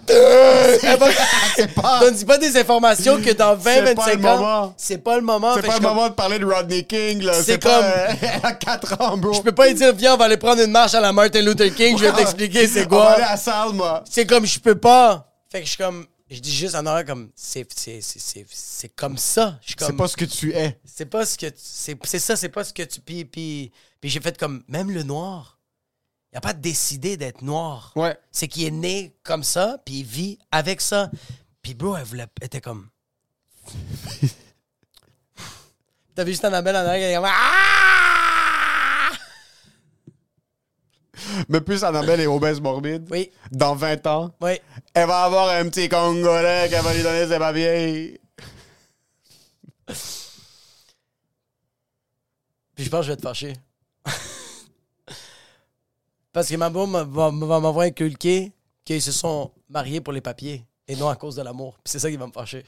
S2: elle va...
S3: C'est pas-
S2: Donne-y pas des informations que dans 20,
S3: C'est
S2: 25
S3: pas le
S2: ans,
S3: moment.
S2: c'est pas le moment.
S3: C'est
S2: Fait
S3: pas
S2: que
S3: le
S2: je
S3: moment de parler de Rodney King, là.
S2: C'est
S3: C'est pas,
S2: comme-
S3: euh, à 4 ans, bro. Ah.
S2: Je peux pas lui dire, viens, on va aller prendre une marche à la Martin Luther King, je vais t'expliquer c'est
S3: On va
S2: quoi.
S3: aller à Salma.
S2: C'est comme, je peux pas. Fait que je suis comme, je dis juste en horaire comme, c'est c'est- c'est- c'est- c'est comme ça. Je suis
S3: C'est
S2: comme,
S3: pas ce que tu es.
S2: c'est pas ce que, tu- c'est c'est ça, c'est pas ce que tu. Puis, puis, puis j'ai fait comme, même le noir, il a pas décidé d'être noir.
S3: Ouais.
S2: C'est qu'il est né comme ça, puis il vit avec ça. Puis bro, elle voulait, elle était comme. T'as vu juste Annabelle en arrière, elle est comme, Ah!
S3: Mais plus Annabelle est obèse morbide.
S2: Oui.
S3: Dans 20 ans,
S2: Oui.
S3: elle va avoir un petit Congolais qu'elle va lui donner ses papiers.
S2: Puis je pense que je vais te fâcher. Parce que ma mère m'a- va va m'avoir inculqué qu'ils se sont mariés pour les papiers et non à cause de l'amour. Puis c'est ça qui va me fâcher.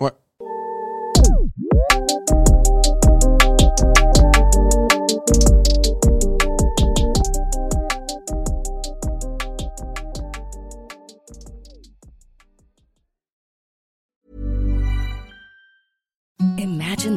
S3: Ouais.
S7: Imagine